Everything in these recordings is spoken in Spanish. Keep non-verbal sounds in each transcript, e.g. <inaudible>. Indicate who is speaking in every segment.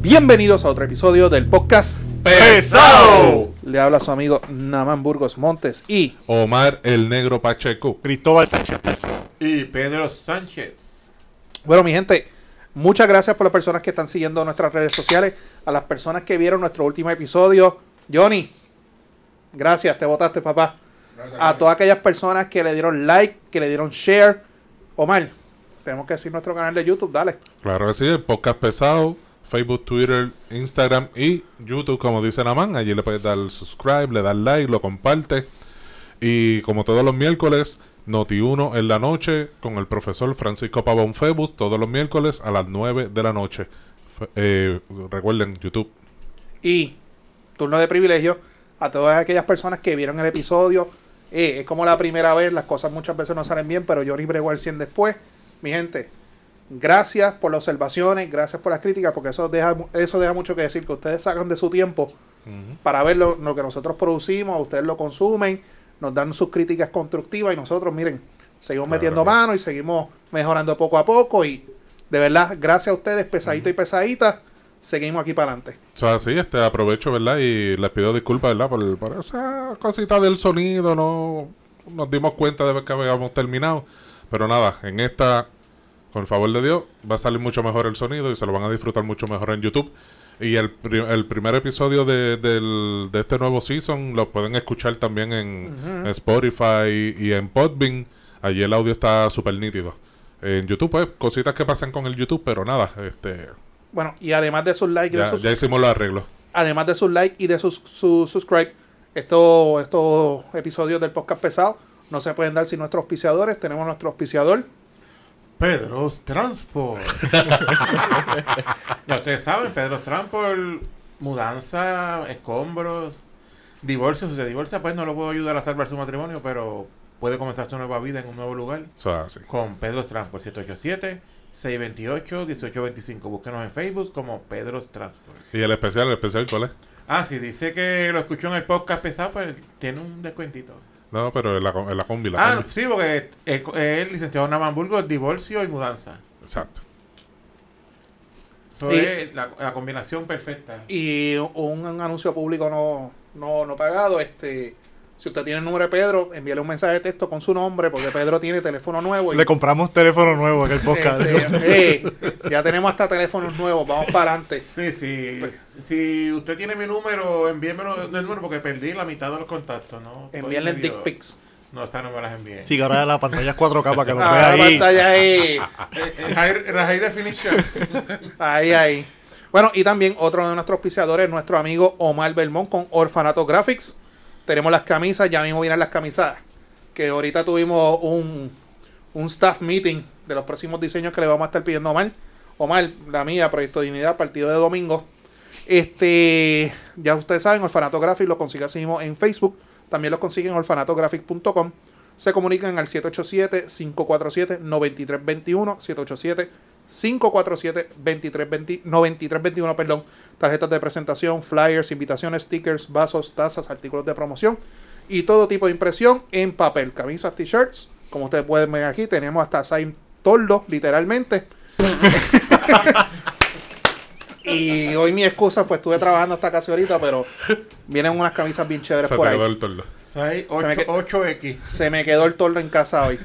Speaker 1: Bienvenidos a otro episodio del podcast.
Speaker 2: Oh.
Speaker 3: ¡Pesado!
Speaker 1: Le habla su amigo Naman Burgos Montes y
Speaker 4: Omar el Negro Pacheco.
Speaker 3: Cristóbal Sánchez
Speaker 2: Y Pedro Sánchez.
Speaker 1: Bueno, mi gente, muchas gracias por las personas que están siguiendo nuestras redes sociales, a las personas que vieron nuestro último episodio. Johnny, gracias, te votaste, papá. A todas aquellas personas que le dieron like, que le dieron share. Omar, tenemos que decir nuestro canal de YouTube, dale.
Speaker 4: Claro que sí, el podcast pesado. Facebook, Twitter, Instagram y YouTube, como dice Naman. Allí le puedes dar subscribe, le das like, lo comparte. Y como todos los miércoles, Noti1 en la noche con el profesor Francisco Pavón Febus, todos los miércoles a las 9 de la noche. Fe- eh, recuerden, YouTube.
Speaker 1: Y turno de privilegio a todas aquellas personas que vieron el episodio. Eh, es como la primera vez, las cosas muchas veces no salen bien, pero Johnny bregó al 100 después. Mi gente, gracias por las observaciones, gracias por las críticas, porque eso deja, mu- eso deja mucho que decir, que ustedes sacan de su tiempo para ver lo, lo que nosotros producimos, ustedes lo consumen, nos dan sus críticas constructivas y nosotros, miren, seguimos metiendo mano y seguimos mejorando poco a poco y de verdad, gracias a ustedes, pesadito y pesadita, seguimos aquí para adelante.
Speaker 4: O sea, sí, este, aprovecho, ¿verdad? Y les pido disculpas, ¿verdad? Por, por esa cosita del sonido, no nos dimos cuenta de que habíamos terminado. Pero nada, en esta, con el favor de Dios, va a salir mucho mejor el sonido y se lo van a disfrutar mucho mejor en YouTube. Y el, pri- el primer episodio de, del- de este nuevo season lo pueden escuchar también en Spotify y en Podbean. Allí el audio está súper nítido. En YouTube, pues, cositas que pasan con el YouTube, pero nada, este,
Speaker 1: Bueno, y además de sus likes y de
Speaker 4: ya,
Speaker 1: sus,
Speaker 4: ya hicimos los arreglos.
Speaker 1: además de sus likes y de sus su subscribe, estos, estos episodios del podcast pesado no se pueden dar sin nuestros auspiciadores. Tenemos nuestro auspiciador.
Speaker 2: Pedro's Transport. ya ustedes saben, Pedro's Transport, mudanza, escombros, divorcio. Si se divorcia, pues no lo puedo ayudar a salvar su matrimonio, pero puede comenzar su nueva vida en un nuevo lugar.
Speaker 4: O sea, sí.
Speaker 2: Con Pedro's Transport 787-628-1825. Búsquenos en Facebook como Pedro's Transport.
Speaker 4: Y el especial, el especial, ¿cuál es?
Speaker 2: Ah, si dice que lo escuchó en el podcast pesado, pues tiene un descuentito.
Speaker 4: No, pero en la, com- en la combi, la
Speaker 2: ah,
Speaker 4: combi.
Speaker 2: sí, porque eh, eh, el licenciado Naman Burgos, divorcio y mudanza.
Speaker 4: Exacto.
Speaker 2: Eso
Speaker 1: Y-
Speaker 2: es la, la combinación perfecta.
Speaker 1: Y un, un anuncio público no, no, no pagado. Este, si usted tiene el número de Pedro, envíale un mensaje de texto con su nombre, porque Pedro tiene teléfono nuevo. y-
Speaker 3: Le compramos teléfono nuevo en el
Speaker 1: <laughs>
Speaker 3: podcast.
Speaker 1: este, eh, ya tenemos hasta teléfonos nuevos, vamos para adelante.
Speaker 2: Sí, sí.
Speaker 1: pues-
Speaker 2: si usted tiene mi número, envíemelo el número porque perdí la mitad de los contactos, ¿no? Soy
Speaker 1: Envíenle
Speaker 2: medio-
Speaker 1: dick pics.
Speaker 2: No, esta no me las envié.
Speaker 3: Sí, que ahora la pantalla es 4K para que nos vea
Speaker 1: Ah, la
Speaker 3: ahí.
Speaker 1: pantalla ahí.
Speaker 2: Eh, eh, high- la high
Speaker 1: <laughs>
Speaker 2: definition.
Speaker 1: Ahí, ahí. Bueno, y también otro de nuestros auspiciadores, nuestro amigo Omar Belmont con Orfanato Graphics. Tenemos las camisas, ya mismo vienen las camisadas. Que ahorita tuvimos un, un staff meeting de los próximos diseños que le vamos a estar pidiendo a Omar. Omar, la mía, Proyecto Dignidad, partido de domingo. Este, ya ustedes saben, Orfanato Graphics lo consigue así mismo en Facebook. También lo consiguen en orfanatographics.com. Se comunican al 787-547-9321. 787-547-9321, perdón. Tarjetas de presentación, flyers, invitaciones, stickers, vasos, tazas, artículos de promoción y todo tipo de impresión en papel. Camisas, t-shirts. Como ustedes pueden ver aquí, tenemos hasta Saint Toldo,
Speaker 4: <laughs>
Speaker 1: literalmente. Y hoy mi excusa, pues estuve trabajando hasta casi ahorita, pero vienen unas camisas bien chéveres
Speaker 4: Se
Speaker 1: por
Speaker 4: te
Speaker 1: ahí.
Speaker 4: quedó el tordo.
Speaker 2: Sai
Speaker 1: me
Speaker 2: 8,
Speaker 1: que-
Speaker 2: 8X.
Speaker 1: Se me quedó el tordo en casa hoy.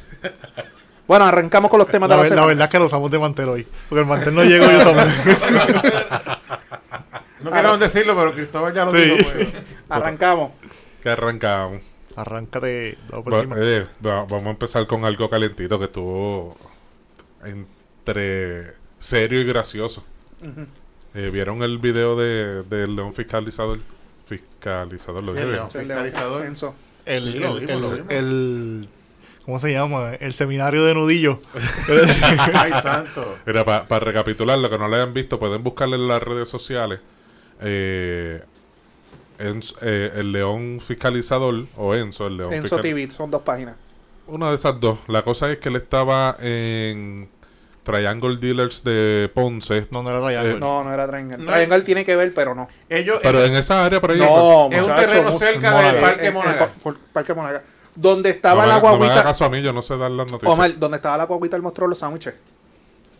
Speaker 1: Bueno, arrancamos con los temas
Speaker 3: La,
Speaker 1: de la
Speaker 3: ver- la
Speaker 1: semana.
Speaker 3: verdad es que lo usamos de mantel hoy. Porque el mantel no llegó yo también.
Speaker 1: Ah,
Speaker 2: No queremos decirlo, pero Cristóbal ya lo
Speaker 3: Sí.
Speaker 2: dijo.
Speaker 4: <laughs>
Speaker 2: pues.
Speaker 1: Arrancamos.
Speaker 4: Que arrancamos.
Speaker 3: <laughs> Arráncate. vamos por
Speaker 4: Va-
Speaker 3: encima.
Speaker 4: eh, va- vamos a empezar con algo calentito que estuvo entre serio y gracioso. Eh, ¿Vieron el video de, del León Fiscalizador? Fiscalizador, lo
Speaker 2: Sí,
Speaker 4: dije bien.
Speaker 2: León. Fiscalizador.
Speaker 1: Enzo.
Speaker 3: El,
Speaker 2: Sí, lo
Speaker 3: el-
Speaker 2: vimos, lo
Speaker 3: el-
Speaker 2: vimos.
Speaker 3: el- ¿Cómo se llama? El seminario de nudillo.
Speaker 2: <laughs> Ay, santo.
Speaker 4: Mira, para recapitular, lo que no le hayan visto, pueden buscarle en las redes sociales. Eh, Enzo- eh, el León Fiscalizador o Enzo, el León
Speaker 1: Enzo
Speaker 4: Fiscal-
Speaker 1: TV, son dos páginas.
Speaker 4: Una de esas dos. La cosa es que él estaba en Triangle Dealers de Ponce.
Speaker 3: No, no era Triangle.
Speaker 4: Eh,
Speaker 1: No, no era Triangle.
Speaker 2: No.
Speaker 1: Triangle tiene que ver, pero no.
Speaker 2: Ellos,
Speaker 4: Pero
Speaker 2: es,
Speaker 4: en esa área por ahí. pues,
Speaker 1: No,
Speaker 2: es un
Speaker 1: muchacho,
Speaker 2: terreno
Speaker 1: mu-
Speaker 2: cerca
Speaker 3: Mónaga.
Speaker 2: del Parque
Speaker 1: en- en
Speaker 2: Monagas.
Speaker 1: pa- por- Parque Monagas. Donde estaba
Speaker 4: no
Speaker 1: la
Speaker 4: me, no me haga
Speaker 1: guaguita.
Speaker 4: caso a mí, yo no sé dar las noticias.
Speaker 1: Omar, donde estaba la guaguita, él mostró los sándwiches.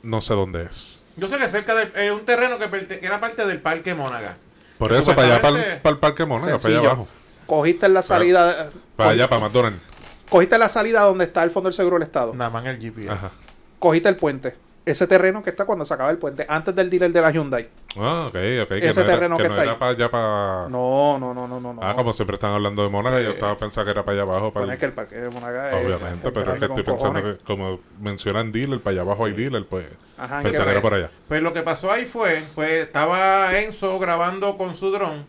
Speaker 4: No sé dónde es.
Speaker 2: Yo sé que cerca de un terreno que, perte- que era parte del Parque Mónaga.
Speaker 4: Por eso, para allá, para,
Speaker 2: Supuestamente-
Speaker 4: el- para el Parque Mónaga, para allá
Speaker 1: Sencillo.
Speaker 4: abajo.
Speaker 1: Cogiste en la salida. eh,
Speaker 4: Para
Speaker 1: cogi-
Speaker 4: allá, para McDonald's.
Speaker 1: Cogiste la salida donde está el Fondo del Seguro del Estado.
Speaker 2: Nada más en el GPS.
Speaker 4: Ajá.
Speaker 1: Cogiste el puente. Ese terreno que está cuando se acaba el puente, antes del dealer de la Hyundai.
Speaker 4: Ah, ok, ok. que
Speaker 1: Ese
Speaker 4: no era-
Speaker 1: terreno que
Speaker 4: no
Speaker 1: está
Speaker 4: era
Speaker 1: ahí.
Speaker 4: para allá, para...
Speaker 1: No, no, no, no, no. no.
Speaker 4: Ah, como siempre están hablando de Mónaga, yo
Speaker 2: Eh,
Speaker 4: estaba pensando que era para allá abajo. Para
Speaker 1: Bueno,
Speaker 4: el-
Speaker 1: es que el parque de Monaga es-
Speaker 4: Obviamente,
Speaker 1: es
Speaker 4: pero es
Speaker 1: grande
Speaker 4: que estoy
Speaker 1: con
Speaker 4: pensando
Speaker 1: cojones.
Speaker 4: que, como mencionan dealer, para allá abajo hay dealer, pues
Speaker 1: Ajá, ¿en qué
Speaker 4: pensaba que
Speaker 1: red?
Speaker 4: era para allá.
Speaker 2: Pues lo que pasó ahí fue, pues estaba Enzo grabando con su dron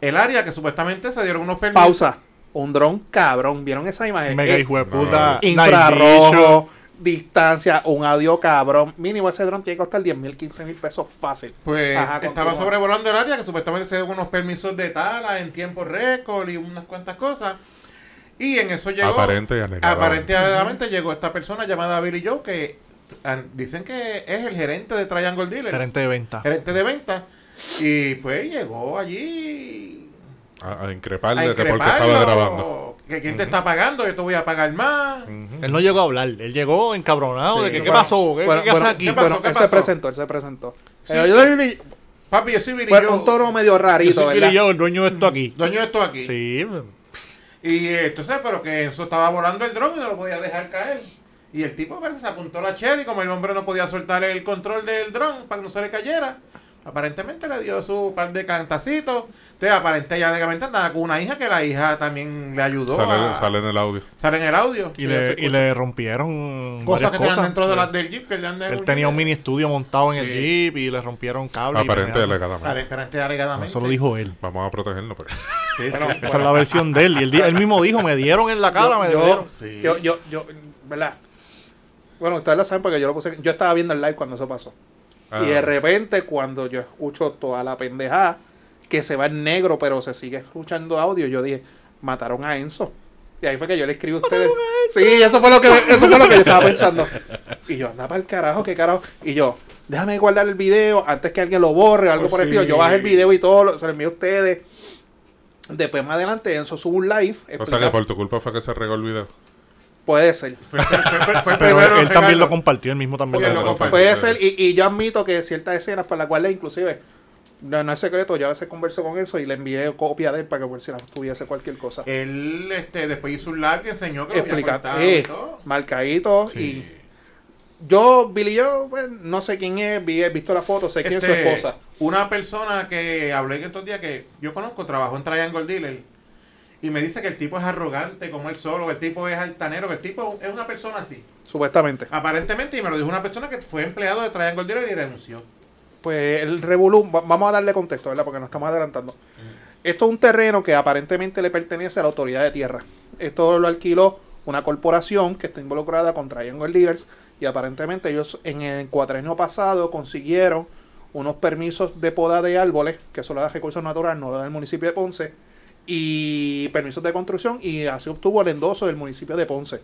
Speaker 2: el área que supuestamente se dieron unos permisos.
Speaker 1: Pausa. Un dron cabrón. ¿Vieron esa imagen?
Speaker 3: Mega
Speaker 1: Eh,
Speaker 3: hijo de puta. night vision.
Speaker 1: infrarrojo, distancia, un audio cabrón. Mínimo ese dron tiene que costar 10 mil, 15 mil pesos fácil.
Speaker 2: Pues
Speaker 1: Ajá,
Speaker 2: estaba
Speaker 1: continúa.
Speaker 2: sobrevolando el área que supuestamente se dieron unos permisos de tala en tiempo récord y unas cuantas cosas. Y en eso llegó.
Speaker 4: Aparente y anegado.
Speaker 2: Aparentemente llegó esta persona llamada Billy Joe que an- dicen que es el gerente de Triangle
Speaker 1: Pues,
Speaker 2: Dealers.
Speaker 3: Gerente de venta.
Speaker 2: gerente de venta. Y pues llegó allí
Speaker 4: A, a
Speaker 2: a
Speaker 4: increparle de que porque
Speaker 2: increparlo,
Speaker 4: estaba grabando.
Speaker 2: Que quién te está pagando, yo te voy a pagar más.
Speaker 3: Él no llegó a hablar. Él llegó encabronado
Speaker 1: Sí.
Speaker 3: de que qué
Speaker 1: Bueno,
Speaker 3: pasó, qué,
Speaker 1: bueno,
Speaker 3: qué
Speaker 1: bueno,
Speaker 3: haces aquí.
Speaker 2: ¿qué pasó?
Speaker 1: Bueno, él se
Speaker 2: pasó?
Speaker 1: presentó, él se presentó.
Speaker 2: Sí.
Speaker 1: Eh, yo soy Billy-
Speaker 2: Papi, yo soy Billy
Speaker 3: Pues,
Speaker 1: bueno,
Speaker 2: Joe,
Speaker 1: un toro medio
Speaker 3: yo
Speaker 1: rarito,
Speaker 3: soy Billy
Speaker 1: ¿verdad?
Speaker 3: Joe, el dueño de esto aquí.
Speaker 2: dueño de esto aquí.
Speaker 3: Sí,
Speaker 2: Y eh, entonces, pero que Enzo estaba volando el dron y no lo podía dejar caer. Y el tipo parece, se apuntó la chela y como el hombre no podía soltar el control del dron para que no se le cayera, aparentemente le dio su par de cantacitos. Entonces, aparentemente ya legalmente andaba con una hija que la hija también le ayudó.
Speaker 4: Sale,
Speaker 2: a,
Speaker 4: sale en el audio.
Speaker 2: sale en el audio.
Speaker 3: y,
Speaker 1: Sí, ya se
Speaker 3: le, y
Speaker 1: escucha.
Speaker 3: le rompieron
Speaker 2: cosas
Speaker 3: varias
Speaker 2: que
Speaker 3: cosas.
Speaker 2: tenían dentro de las del jeep que le han de-
Speaker 3: Él tenía un mini estudio montado en el
Speaker 2: Sí.
Speaker 3: Jeep y le rompieron cables. y
Speaker 4: Aparente y
Speaker 3: pendejas.
Speaker 4: alegadamente.
Speaker 2: Aparentemente, alegadamente.
Speaker 3: Eso lo dijo él.
Speaker 4: Vamos a pues. protegerlo, pero.
Speaker 2: Sí, sí.
Speaker 3: Esa es la versión de él. Y él, di- él mismo dijo, me dieron en la cara, me
Speaker 1: Yo-
Speaker 3: dieron.
Speaker 2: Sí.
Speaker 1: Yo, yo, yo, ¿verdad? Bueno, ustedes lo saben porque yo lo puse. Yo estaba viendo el live cuando eso pasó.
Speaker 4: Ah,
Speaker 1: Y de repente, cuando yo escucho toda la pendejada, que se va en negro, pero se sigue escuchando audio, yo dije, mataron a Enzo. Y ahí fue que yo le escribí a ustedes. Sí, eso fue lo que eso fue lo que yo estaba pensando. Y yo, anda para el carajo, qué carajo. Y yo, déjame guardar el video antes que alguien lo borre o algo
Speaker 2: Oh,
Speaker 1: por el
Speaker 2: sí.
Speaker 1: estilo. Yo bajé el video y todo, lo- se lo envié a ustedes. Después más adelante, Enzo sube un live.
Speaker 4: o sea que
Speaker 1: explica-
Speaker 4: por tu culpa fue que se regó el video.
Speaker 1: Puede ser.
Speaker 2: Fue, fue- fue- fue el
Speaker 3: Pero
Speaker 2: primero
Speaker 3: él,
Speaker 2: en
Speaker 3: también lo
Speaker 2: sacarlo.
Speaker 3: compartió, él mismo también
Speaker 2: Sí,
Speaker 3: lo
Speaker 2: él lo
Speaker 3: compartió.
Speaker 2: compartió.
Speaker 1: Puede ser, y, y yo admito que ciertas escenas para las cuales inclusive, no, no es secreto, yo a veces converso con eso y le envié copia de él para que por si no tuviese cualquier cosa.
Speaker 2: Él este, después hizo un live que enseñó que lo había Eh, cortado y
Speaker 1: Explicate,
Speaker 2: todo.
Speaker 1: eh, marcadito
Speaker 2: Sí.
Speaker 1: y yo, Billy yo, pues, no sé quién es, vi- he visto la foto, sé quién
Speaker 2: Este,
Speaker 1: es su esposa.
Speaker 2: Una persona que hablé estos días que yo conozco, trabajó en Triangle Dealer. Y me dice que el tipo es arrogante, como él solo, que el tipo es altanero, que el tipo es una persona así.
Speaker 1: Supuestamente.
Speaker 2: Aparentemente, y me lo dijo una persona que fue empleado de Triangle Dealer y renunció.
Speaker 1: Pues el revolú, va- vamos a darle contexto, ¿verdad? Porque nos estamos adelantando. Esto es un terreno que aparentemente le pertenece a la autoridad de tierra. Esto lo alquiló una corporación que está involucrada con Triangle Dealers y aparentemente ellos en el cuatrenio pasado consiguieron unos permisos de poda de árboles, que eso lo da recursos naturales, no lo da el municipio de Ponce, y permisos de construcción y así obtuvo el endoso del municipio de Ponce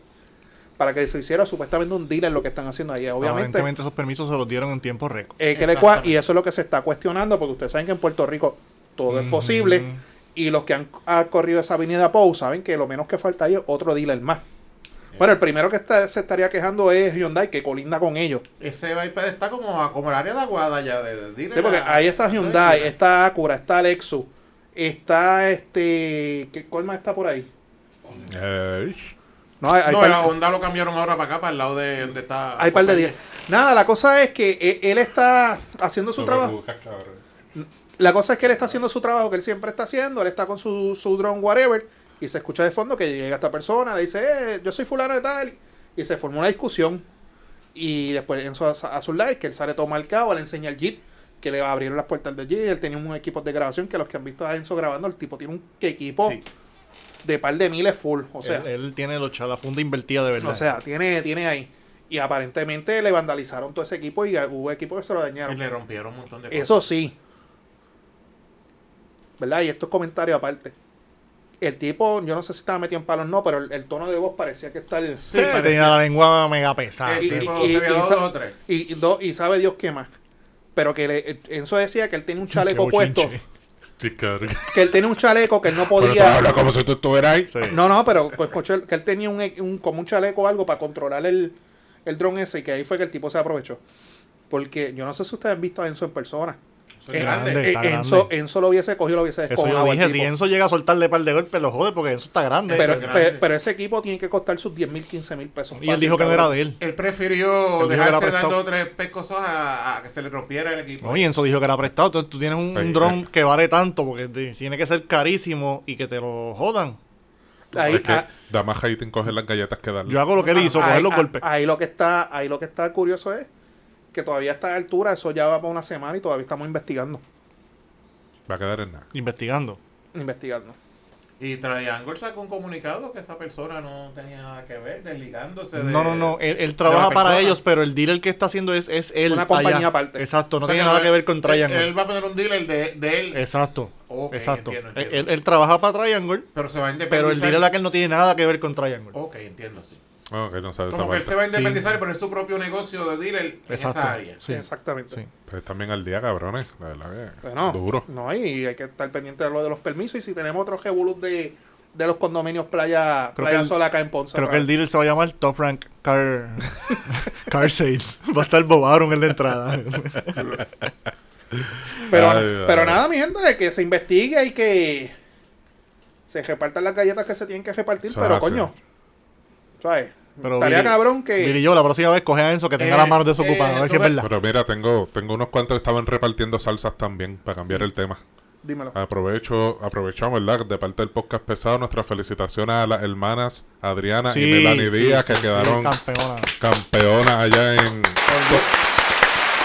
Speaker 1: para que se hiciera supuestamente un dealer lo que están haciendo ahí. Obviamente,
Speaker 3: Aparentemente esos permisos se los dieron en tiempo récord.
Speaker 1: eh, que le cua- y eso es lo que se está cuestionando, porque ustedes saben que en Puerto Rico todo es posible. Y los que han ha corrido esa avenida Pou saben que lo menos que falta ahí es otro dealer más. Bueno, el primero que está- se estaría quejando es Hyundai, que colinda con ellos.
Speaker 2: Ese iPad está como, a- como el área de Aguada ya. De, de-
Speaker 1: Sí, porque ahí está Hyundai, está Acura, está Lexus, está este. ¿qué, ¿Cuál más está por ahí?
Speaker 4: Eh,
Speaker 1: No, hay, hay
Speaker 2: No,
Speaker 1: par-
Speaker 2: la Honda lo cambiaron ahora para acá, para el lado de donde está.
Speaker 1: hay par de dealers. Nada, la cosa es que eh, él está haciendo su trabajo. La cosa es que él está haciendo su trabajo que él siempre está haciendo, él está con su, su drone, whatever, y se escucha de fondo que llega esta persona, le dice, eh, yo soy fulano de tal, y se formó una discusión. Y después Enzo hace- hace un live, que él sale todo marcado, le enseña el jeep, que le abrieron las puertas del jeep, él tenía un equipo de grabación, que los que han visto a Enzo grabando, el tipo tiene un equipo
Speaker 2: Sí.
Speaker 1: de par de miles full, o sea,
Speaker 3: él, él tiene los chavos, la funda invertida de verdad.
Speaker 1: o sea, tiene, tiene ahí. Y aparentemente le vandalizaron todo ese equipo y hubo equipos que se lo dañaron.
Speaker 2: Sí, le rompieron un montón de cosas.
Speaker 1: Eso sí. ¿Verdad? Y estos comentarios aparte. El tipo, yo no sé si estaba metido en palos o no, pero el, el tono de voz parecía que está... el-
Speaker 2: Sí,
Speaker 3: Sí,
Speaker 2: parece-
Speaker 3: tenía la lengua mega pesada.
Speaker 2: El
Speaker 1: Y-
Speaker 2: tipo
Speaker 1: y-
Speaker 2: se había
Speaker 1: y-
Speaker 2: dado
Speaker 1: sa-
Speaker 2: dos o tres.
Speaker 1: Y, y do- y sabe Dios qué más. Pero que le- Enzo decía que él
Speaker 2: <laughs>
Speaker 1: tenía un chaleco
Speaker 3: Qué
Speaker 1: puesto.
Speaker 3: bochinche.
Speaker 4: Chica,
Speaker 1: Que él tenía un chaleco que él no
Speaker 4: pero tú hablas
Speaker 1: podía...
Speaker 4: como si tú estuvieras ahí.
Speaker 3: <laughs> Sí.
Speaker 1: No, no, pero co- escuché que él tenía un, un- como un chaleco o algo para controlar el, el dron ese y que ahí fue que el tipo se aprovechó. Porque yo no sé si ustedes han visto a Enzo en persona.
Speaker 2: Soy
Speaker 1: Eh,
Speaker 2: grande.
Speaker 1: eh,
Speaker 3: está
Speaker 1: Enzo,
Speaker 3: grande.
Speaker 1: Enzo lo hubiese cogido, lo hubiese
Speaker 3: Eso
Speaker 1: descojonado
Speaker 3: yo
Speaker 1: al
Speaker 3: dije, si
Speaker 1: tipo.
Speaker 3: Enzo llega a soltarle par de golpes, lo jode porque Enzo está grande.
Speaker 1: pero,
Speaker 2: es
Speaker 1: pe-
Speaker 2: grande.
Speaker 1: pero ese equipo tiene que costar sus 10 mil, 15 mil pesos.
Speaker 3: y él dijo que no era de él.
Speaker 2: Él prefirió
Speaker 3: Él dijo que la
Speaker 2: dejarse
Speaker 3: prestó.
Speaker 2: dar dos o tres pescosos a, a que se le rompiera el equipo.
Speaker 3: No, y Enzo dijo que era prestado. Entonces tú tienes un,
Speaker 4: Sí,
Speaker 3: un dron
Speaker 4: sí.
Speaker 3: que vale tanto porque te- tiene que ser carísimo y que te lo jodan.
Speaker 1: Ahí,
Speaker 4: es que
Speaker 1: ah,
Speaker 4: da más rating coger las galletas que darle.
Speaker 3: Yo hago lo que él hizo,
Speaker 1: ahí-
Speaker 3: coger los
Speaker 1: ah,
Speaker 3: golpes.
Speaker 1: Ahí lo que está, ahí lo que está curioso es que todavía está a esta altura, eso ya va para una semana y todavía estamos investigando.
Speaker 4: Va a quedar en nada.
Speaker 3: Investigando.
Speaker 1: Investigando.
Speaker 2: Y Triangle sacó un comunicado que esa persona no tenía nada que ver, desligándose de...
Speaker 3: No, no, no. Él, él
Speaker 2: la
Speaker 3: trabaja para
Speaker 2: persona.
Speaker 3: ellos, pero el dealer que está haciendo es, es él.
Speaker 1: Una compañía aparte.
Speaker 3: Exacto, no
Speaker 2: O sea,
Speaker 3: tiene nada que ver con
Speaker 2: él-
Speaker 3: Triangle.
Speaker 2: Él, va a poner un dealer de, de él,
Speaker 3: Exacto.
Speaker 2: Ok,
Speaker 3: exacto.
Speaker 2: entiendo,
Speaker 3: Él-
Speaker 2: entiendo.
Speaker 3: Él, él trabaja para Triangle,
Speaker 2: pero se va a
Speaker 3: pero el
Speaker 2: independizar.
Speaker 3: dealer aquel no tiene nada que ver con Triangle.
Speaker 2: Ok, entiendo, sí.
Speaker 4: Ah, ok, no sabe esa
Speaker 2: Como que él se
Speaker 4: parte.
Speaker 2: va a independizar y poner su propio negocio de dealer
Speaker 3: Exacto.
Speaker 2: en esa área.
Speaker 3: Sí.
Speaker 1: Exactamente.
Speaker 3: Sí.
Speaker 2: pues,
Speaker 4: Ustedes Pues también al día, cabrones. La verdad que
Speaker 1: Bueno,
Speaker 4: duro.
Speaker 1: No, y hay que estar pendiente de lo de los permisos. Y si tenemos otros revolus de, de los condominios Playa,
Speaker 3: Creo
Speaker 1: playa
Speaker 3: que el-
Speaker 1: Sola acá en Ponce.
Speaker 3: Creo que el
Speaker 1: ¿verdad?
Speaker 3: dealer se va a llamar Top Rank Car, <laughs> Car Sales. Va a estar bobaron en la entrada.
Speaker 1: pero,
Speaker 4: Ay,
Speaker 1: pero
Speaker 4: ay.
Speaker 1: nada, mi gente, de que se investigue y que se repartan las galletas que se tienen que repartir.
Speaker 4: Eso
Speaker 1: pero
Speaker 4: hace.
Speaker 1: coño, ¿sabes?
Speaker 3: Pero
Speaker 1: Estaría
Speaker 3: Billy-
Speaker 1: cabrón que.
Speaker 3: Billy yo, la próxima vez coge a Enzo que tenga
Speaker 2: Eh,
Speaker 3: las manos desocupadas.
Speaker 2: eh,
Speaker 3: a ver si
Speaker 2: tú
Speaker 3: es
Speaker 2: ves-
Speaker 3: verdad.
Speaker 4: Pero mira, tengo, tengo unos cuantos que estaban repartiendo salsas también para cambiar el tema.
Speaker 1: dímelo.
Speaker 4: Aprovecho, aprovechamos, ¿verdad? De parte del podcast pesado, nuestras felicitaciones a las hermanas Adriana
Speaker 3: Sí,
Speaker 4: y Melanie
Speaker 3: sí,
Speaker 4: Díaz,
Speaker 3: sí,
Speaker 4: que
Speaker 3: sí,
Speaker 4: quedaron
Speaker 3: campeona.
Speaker 4: campeonas allá en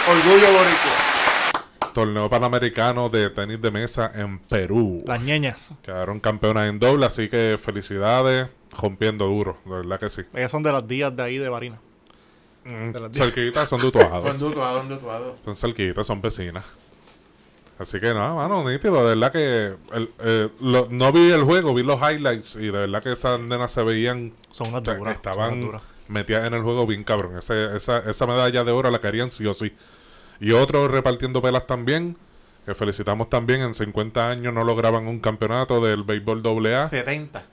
Speaker 2: Orgullo boricua.
Speaker 4: Torneo Panamericano de Tenis de Mesa en Perú.
Speaker 3: Las ñeñas.
Speaker 4: Quedaron campeonas en doble, así que felicidades, rompiendo duro, de verdad que sí.
Speaker 3: Ellas son de las días de ahí de Barina.
Speaker 4: Mm,
Speaker 3: las diez.
Speaker 4: cerquitas, son de Utuado.
Speaker 2: Conduto a donde tú a dos.
Speaker 4: Son cerquitas, son vecinas. Así que nada, mano, nítido. De verdad que el- eh, lo- no vi el juego, vi los highlights y de verdad que esas nenas se veían.
Speaker 3: Son unas
Speaker 4: o sea,
Speaker 3: duras. son
Speaker 4: estaban
Speaker 3: unas duras.
Speaker 4: metidas en el juego bien cabrón. Ese- esa, esa medalla de oro la querían sí o sí. Y otro repartiendo pelas también. Que felicitamos también. En 50 años no lograban un campeonato del béisbol AA.
Speaker 2: 70,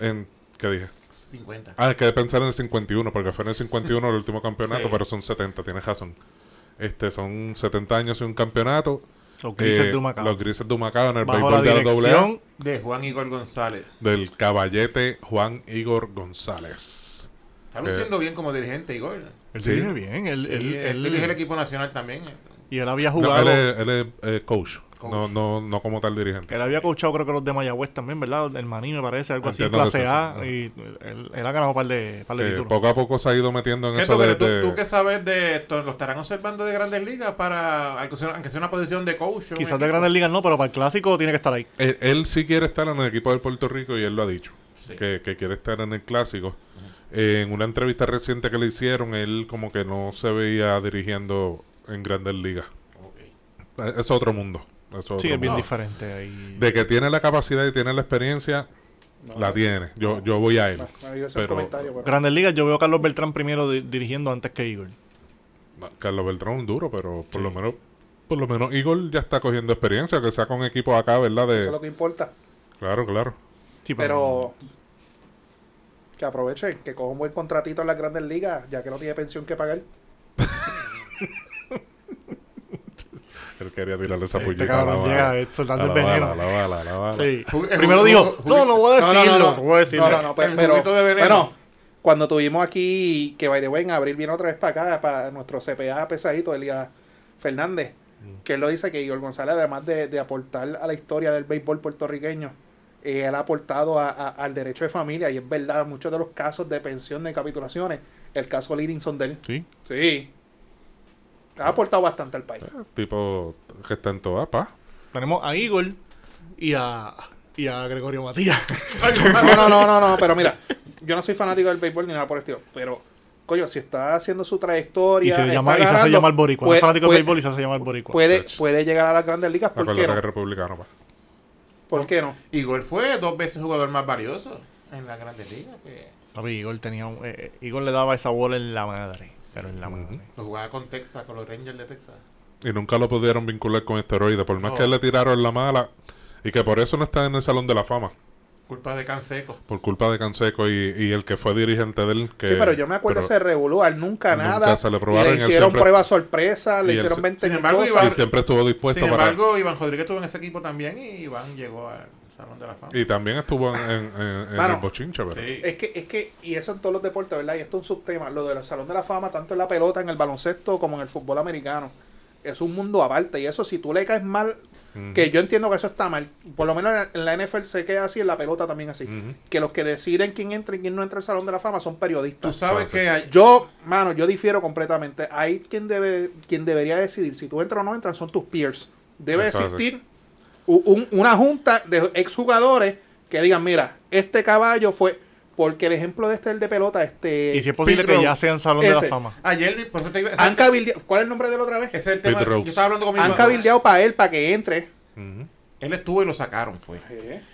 Speaker 4: En, ¿Qué dije?
Speaker 2: 50.
Speaker 4: Ah, es que de pensar en el 51, porque fue en el 51 el último campeonato,
Speaker 2: Sí.
Speaker 4: pero son 70, tienes razón. Este, son 70 años y un campeonato.
Speaker 3: Los grises
Speaker 4: Eh,
Speaker 3: de Humacao.
Speaker 4: Los Grises de Humacao en el
Speaker 3: Bajo la
Speaker 4: béisbol de la AA
Speaker 3: dirección
Speaker 2: De Juan Igor González.
Speaker 4: del caballete Juan Igor González.
Speaker 2: Está
Speaker 4: Eh.
Speaker 2: luciendo bien como dirigente, Igor.
Speaker 3: Él
Speaker 4: Sí.
Speaker 3: dirige bien. Él,
Speaker 2: Sí, él,
Speaker 3: él- él-
Speaker 2: dirige el equipo nacional también. eh.
Speaker 3: y él había
Speaker 4: No, él
Speaker 3: jugado. él,
Speaker 4: es, él es, eh, coach,
Speaker 2: Coach.
Speaker 4: No, no, no como tal dirigente.
Speaker 3: había coachado, creo que los de Mayagüez también, ¿verdad? El Maní, me parece, algo así,
Speaker 4: Entiendo
Speaker 3: clase
Speaker 4: que sí,
Speaker 3: A.
Speaker 4: sí.
Speaker 3: Y él, él ha ganado un par de, par de
Speaker 4: Eh,
Speaker 3: títulos.
Speaker 4: poco a poco se ha ido metiendo en
Speaker 2: ¿Qué
Speaker 4: eso
Speaker 2: tú,
Speaker 4: de,
Speaker 2: pero tú,
Speaker 4: de-
Speaker 2: tú qué sabes de esto? ¿Lo estarán observando de Grandes Ligas para, aunque sea, aunque sea una posición de coach? o un
Speaker 3: Quizás de
Speaker 2: equipo?
Speaker 3: Grandes Ligas no, pero para el clásico tiene que estar ahí.
Speaker 4: Él, Eh, él sí quiere estar en el equipo de Puerto Rico y él lo ha dicho,
Speaker 2: Sí.
Speaker 4: que, que quiere estar en el clásico. Eh, en una entrevista reciente que le hicieron, él como que no se veía dirigiendo en grandes ligas.
Speaker 2: Ok.
Speaker 4: Eh, Es otro mundo. es otro
Speaker 3: Sí, es bien
Speaker 4: mundo.
Speaker 3: diferente. ahí.
Speaker 4: De que tiene la capacidad y tiene la experiencia,
Speaker 1: No,
Speaker 4: la tiene. Yo, yo voy a él.
Speaker 1: no, no digas el
Speaker 4: pero-
Speaker 1: comentario, pero-
Speaker 3: Grandes Ligas, yo veo a Carlos Beltrán primero di- dirigiendo antes que Igor.
Speaker 4: No, Ah, Carlos Beltrán es un duro, pero por lo menos por lo menos Igor ya está cogiendo experiencia, que sea con equipos acá, ¿verdad?
Speaker 1: Eso es lo
Speaker 4: De,
Speaker 1: que importa.
Speaker 4: claro, claro.
Speaker 3: Sí,
Speaker 1: Pero que aprovechen, que coja un buen contratito en las grandes ligas, ya que no tiene pensión que pagar.
Speaker 4: Él quería tirarle esa
Speaker 3: Este
Speaker 4: puñita. a la
Speaker 3: cabrón
Speaker 4: bala.
Speaker 3: llega eh,
Speaker 4: A
Speaker 3: soltando
Speaker 4: la
Speaker 3: el
Speaker 4: bala,
Speaker 3: veneno.
Speaker 4: a la bala, a la bala.
Speaker 3: Sí.
Speaker 2: Ju-
Speaker 3: Primero
Speaker 2: ju-
Speaker 3: digo,
Speaker 2: ju-
Speaker 3: no, no voy a
Speaker 1: No, no,
Speaker 3: decirlo.
Speaker 1: no, no.
Speaker 3: voy a decirlo.
Speaker 1: No, no, no, pe-
Speaker 2: El
Speaker 1: pero,
Speaker 2: juguito de veneno.
Speaker 1: bueno, cuando tuvimos aquí, que by the way, en abril viene otra vez para acá, para nuestro CPA pesadito, Elías Fernández, que él lo dice que Igor González, además de, de aportar a la historia del béisbol puertorriqueño, eh, él ha aportado a- a- al derecho de familia, y es verdad, muchos de los casos de pensión de capitulaciones, el caso Livingston del
Speaker 3: Sí.
Speaker 1: Sí. Ha aportado bastante al país.
Speaker 4: Tipo que está en toda pa.
Speaker 3: Tenemos a Igor y a, y a Gregorio Matías.
Speaker 1: No, no, no, no, no, pero mira, yo no soy fanático del béisbol ni nada por el estilo, pero coño, si está haciendo su trayectoria
Speaker 3: <laughs> y Pues, se,
Speaker 1: está
Speaker 3: llama, y se hace
Speaker 1: ganando,
Speaker 3: llamar Boricua.
Speaker 1: puede-
Speaker 3: es fanático
Speaker 1: puede-
Speaker 3: del béisbol y se hace llamar Boricua.
Speaker 1: Puede, puede llegar a las grandes ligas, ¿por qué
Speaker 4: Acuérdate que es
Speaker 1: no?
Speaker 4: republicano, pa.
Speaker 1: ¿Por qué no?
Speaker 2: Igor fue dos veces jugador más valioso en la Grandes Ligas. Que
Speaker 3: Papi, Igor, tenía, un- eh, eh, Igor le daba esa bola en la madre. Pero en la madre.
Speaker 2: lo jugaba con Texas, con los Rangers de Texas.
Speaker 4: Y nunca lo pudieron
Speaker 1: Oh.
Speaker 4: vincular con esteroides, por más
Speaker 2: No.
Speaker 4: que le tiraron la mala. Y que por eso no está en el Salón de la Fama.
Speaker 2: Culpa de Canseco.
Speaker 4: por culpa de Canseco y, y el que fue dirigente del que
Speaker 1: sí, pero yo me acuerdo
Speaker 4: pero-
Speaker 1: ese revolú, al nunca,
Speaker 4: nunca
Speaker 1: nada.
Speaker 4: se le
Speaker 1: y
Speaker 4: probaron,
Speaker 1: le
Speaker 4: él
Speaker 1: hicieron
Speaker 4: siempre-
Speaker 1: pruebas sorpresa, le
Speaker 4: y él
Speaker 1: hicieron
Speaker 4: se-
Speaker 1: 20
Speaker 2: Sin
Speaker 1: mil
Speaker 2: embargo,
Speaker 1: cosas.
Speaker 2: Iván-
Speaker 4: y siempre estuvo dispuesto
Speaker 2: Sin
Speaker 4: para
Speaker 2: embargo, Iván Rodríguez estuvo en ese equipo también y Iván llegó al Salón de la Fama.
Speaker 4: y también estuvo en, en- en- en
Speaker 1: Mano,
Speaker 4: el bochinche, ¿verdad?
Speaker 2: Sí.
Speaker 3: Eh,
Speaker 1: Es que, es que, y eso en todos los deportes, ¿verdad? Y esto es un subtema, lo del Salón de la Fama, tanto en la pelota, en el baloncesto, como en el fútbol americano. Es un mundo aparte. Y eso, si tú le caes mal, que yo entiendo que eso está mal, por lo menos en la NFL se queda así, en la pelota también así.
Speaker 3: Mm.
Speaker 1: Que los que deciden quién entra y quién no entra al Salón de la Fama son
Speaker 2: Tú
Speaker 1: periodistas.
Speaker 2: sabes
Speaker 4: Sí.
Speaker 2: que hay-
Speaker 1: Yo, mano, yo difiero completamente. Ahí quien debe, quien debería decidir si tú entras o no entras son tus peers. Debe
Speaker 4: Exacto.
Speaker 1: existir u- un- una junta de exjugadores que digan, mira, este caballo fue porque el ejemplo de este el de pelota, este.
Speaker 3: Y si es posible que
Speaker 1: Pete
Speaker 3: ya
Speaker 1: Rose,
Speaker 3: sean Salón de la
Speaker 1: ese.
Speaker 3: Fama.
Speaker 2: ayer, por eso te iba- ese-
Speaker 1: Han cabildeado- ¿Cuál es el nombre del otra vez?
Speaker 2: ese es el tema.
Speaker 4: Pete Rose.
Speaker 2: Yo estaba hablando con mi
Speaker 1: Han cabildeado para él, para que entre.
Speaker 4: Ujú.
Speaker 2: Él estuvo y lo sacaron, fue.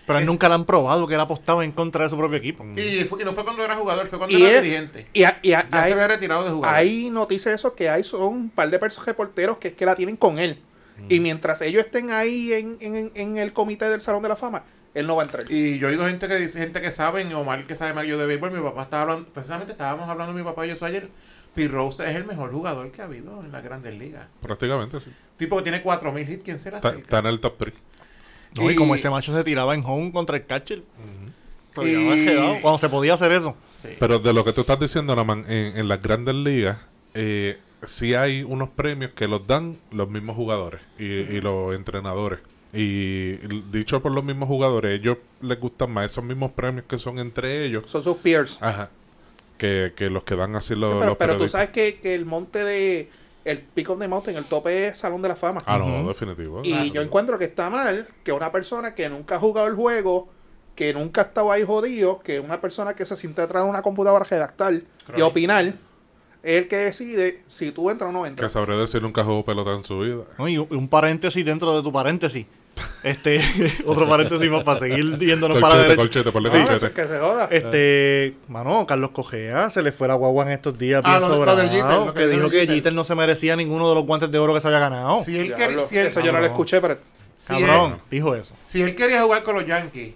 Speaker 3: Pero él
Speaker 2: Es-
Speaker 3: nunca le han probado que él apostaba en contra de su propio equipo.
Speaker 2: Y, fue- y no fue cuando era jugador, fue cuando
Speaker 1: Y
Speaker 2: era
Speaker 1: es.
Speaker 2: dirigente.
Speaker 1: Y, a- y a-
Speaker 2: Ya
Speaker 1: hay-
Speaker 2: se había retirado de jugar.
Speaker 1: Hay noticias de eso que hay son un par de perso- reporteros que es que la tienen con él.
Speaker 4: Mm.
Speaker 1: Y mientras ellos estén ahí en, en- en el comité del Salón de la Fama, él no va a entrar.
Speaker 2: Y yo he oído gente que dice, gente que saben, Omar que sabe más que yo de béisbol, mi papá estaba hablando, precisamente estábamos hablando mi papá y yo eso ayer. Pete Rose es el mejor jugador que ha habido en las grandes ligas.
Speaker 4: Prácticamente sí.
Speaker 2: Tipo que tiene 4000 hits, ¿quién se la
Speaker 4: Está, está
Speaker 2: acerca?
Speaker 4: en el top 3.
Speaker 3: No, y,
Speaker 2: Y-
Speaker 3: como ese macho se tiraba en home contra el catcher. Pero ya
Speaker 2: Y-
Speaker 3: había quedado, Cuando se podía hacer eso.
Speaker 2: Sí.
Speaker 4: Pero de lo que tú estás diciendo, Naman, en, en las grandes ligas, eh, sí hay unos premios que los dan los mismos jugadores y, y los entrenadores. Y l- dicho por los mismos jugadores, ellos les gustan más esos mismos premios que son entre ellos
Speaker 1: Son sus peers.
Speaker 4: ajá, que, que los Ah, que dan así los,
Speaker 1: Sí, pero,
Speaker 4: los
Speaker 1: pero tú
Speaker 4: periodistas.
Speaker 1: sabes que, que el monte de. El pico de mountain, el tope es Salón de la Fama.
Speaker 4: Ah, no, definitivo.
Speaker 1: y
Speaker 4: Claro.
Speaker 1: yo encuentro que está mal que una persona que nunca ha jugado el juego, que nunca ha estado ahí jodido, que una persona que se siente atrás de una computadora a redactar y
Speaker 2: Correcto.
Speaker 1: opinar, es el que decide si tú entras o no
Speaker 4: Que
Speaker 1: entras.
Speaker 4: sabré decir nunca jugó pelota en su vida.
Speaker 3: ¿no? Y un- y un paréntesis dentro de tu paréntesis. Este, <laughs> otro paréntesis más para seguir yéndonos para la
Speaker 4: Colchete, colchete,
Speaker 3: derecha.
Speaker 4: por la
Speaker 1: No, eso
Speaker 4: colchete.
Speaker 1: es Ah, que se joda.
Speaker 3: Este, mano, Carlos Cogea se le fue la guagua en estos días
Speaker 2: Ah,
Speaker 3: bien
Speaker 2: lo de- lo
Speaker 3: sobrado,
Speaker 2: del Jeter, lo que
Speaker 3: que,
Speaker 2: dijo
Speaker 3: dijo que
Speaker 2: Jeter.
Speaker 3: Jeter. no se merecía ninguno de los guantes de oro que se había ganado.
Speaker 2: Si él,
Speaker 1: Diablo,
Speaker 2: quería, si él-
Speaker 1: eso yo no lo escuché, pero
Speaker 2: si él-
Speaker 3: Cabrón, dijo eso.
Speaker 2: si él quería jugar con los Yankees,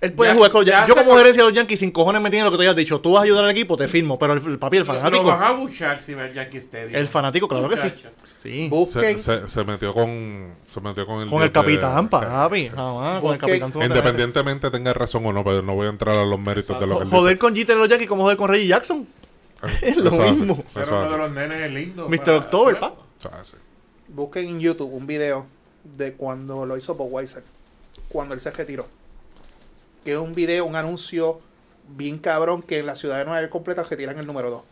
Speaker 3: Él puede
Speaker 2: Ya-
Speaker 3: jugar con los
Speaker 2: ya
Speaker 3: Yankees. Yo
Speaker 2: se
Speaker 3: como
Speaker 2: por-
Speaker 3: gerencia de los Yankees sin cojones me tiene lo que tú hayas dicho. Tú vas a ayudar al equipo, te firmo. Pero el, el papi, el
Speaker 2: lo
Speaker 3: fanático.
Speaker 2: van a buchar si ve el Yankee Stadium.
Speaker 3: El fanático, claro que sí.
Speaker 2: Muchacho.
Speaker 3: Sí.
Speaker 1: busquen.
Speaker 4: Se, se- se metió con se metió con el
Speaker 3: Con el
Speaker 4: dios de-
Speaker 3: capitán,
Speaker 4: Sí,
Speaker 3: papi.
Speaker 4: sí, sí.
Speaker 3: Jamás, con el
Speaker 1: Porque-
Speaker 3: capitán tú no te metes.
Speaker 4: Independientemente tenga razón o no, pero no voy a entrar a los méritos de lo que él Ah,
Speaker 3: Joder con Jeter y los Yankees como joder con Reggie Jackson.
Speaker 4: dice.
Speaker 3: <laughs> es lo
Speaker 4: Eso hace,
Speaker 3: mismo.
Speaker 4: eso
Speaker 2: Pero uno
Speaker 4: hace,
Speaker 2: de los nenes es lindo.
Speaker 3: Mr.
Speaker 2: para-
Speaker 3: October, pa.
Speaker 4: eso hace.
Speaker 1: Busquen en YouTube un video de cuando lo hizo Bob Weiser, cuando él se retiró. Que es un video, un anuncio bien cabrón que en la ciudad de Nueva York completa retiran el número 2.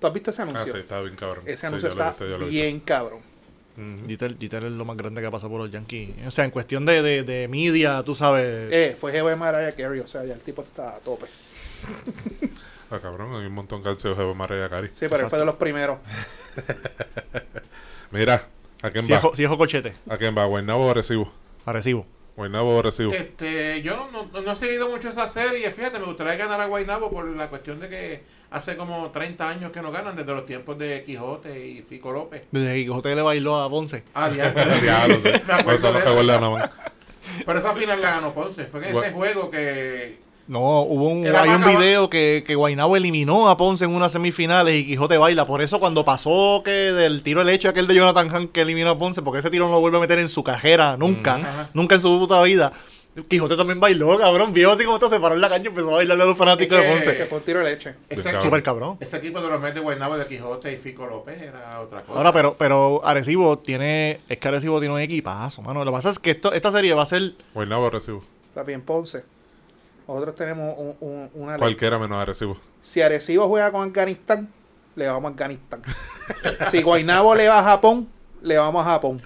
Speaker 1: ¿Tú has visto ese
Speaker 4: Ah,
Speaker 1: anuncio?
Speaker 4: sí, está bien cabrón.
Speaker 1: Ese
Speaker 4: Sí,
Speaker 1: anuncio
Speaker 4: yo lo he
Speaker 1: está
Speaker 4: visto, yo lo he visto.
Speaker 1: bien cabrón.
Speaker 3: Jeter, Jeter es lo más grande que ha pasado por los Yankees. O sea, en cuestión de, de, de media, tú sabes.
Speaker 1: Eh, fue jefe de Mariah Carey, o sea, ya el tipo está a tope.
Speaker 4: Ah, cabrón, hay un montón de canciones de Mariah Carey.
Speaker 1: Sí, pero él fue de los primeros.
Speaker 2: pues.
Speaker 4: Mira, ¿a quién
Speaker 3: si, es,
Speaker 4: va?
Speaker 3: jo- si es Jocochete,
Speaker 4: ¿A quién va? ¿Guaynabo o Arecibo?
Speaker 3: Arecibo.
Speaker 4: ¿Guaynabo o Arecibo?
Speaker 2: Este, yo no, no- no he seguido mucho esa serie. Fíjate, me gustaría ganar a Guaynabo por la cuestión de que hace como 30 años que no ganan, desde los tiempos de Quijote y Fico López.
Speaker 3: Desde que Quijote le bailó a Ponce.
Speaker 2: Ah,
Speaker 4: <laughs>
Speaker 2: diablo.
Speaker 4: Ya lo sé.
Speaker 2: <laughs> Me acuerdo
Speaker 4: Eso es lo
Speaker 2: de
Speaker 4: que
Speaker 2: eso.
Speaker 4: guarda nada más.
Speaker 2: Pero esa final la ganó Ponce. Fue que ese
Speaker 4: Gua-
Speaker 2: juego que.
Speaker 3: No, hubo un,
Speaker 2: Era
Speaker 3: hay un
Speaker 2: Bacaba-
Speaker 3: video que, que Guainabo eliminó a Ponce en unas semifinales y Quijote baila. Por eso cuando pasó que del tiro el hecho aquel de Jonathan Han que eliminó a Ponce, porque ese tiro no lo vuelve a meter en su cajera nunca,
Speaker 2: Ajá.
Speaker 3: nunca en su puta vida. Quijote también bailó, cabrón. Vio así como está, se paró en la cancha y empezó a bailarle a los fanáticos
Speaker 2: Es que-
Speaker 3: de
Speaker 1: Que
Speaker 3: Ponce.
Speaker 1: fue un tiro de leche.
Speaker 2: Ese,
Speaker 4: cabrón.
Speaker 2: ese-
Speaker 3: Súper cabrón.
Speaker 2: ese equipo de los Mets de Guaynabo, de Quijote y Fico López era otra cosa.
Speaker 3: Ahora, pues, pero, pero Arecibo tiene. Es que Arecibo tiene un equipazo, mano. Lo que pasa es que esto- esta serie va a ser.
Speaker 4: ¿Guaynabo o Arecibo?
Speaker 1: Está bien, Ponce. Nosotros tenemos un- un- una...
Speaker 4: Cualquiera menos Arecibo.
Speaker 1: Si Arecibo juega con Afganistán, le vamos a Afganistán. si Guainabo le va a Japón, le vamos a Japón.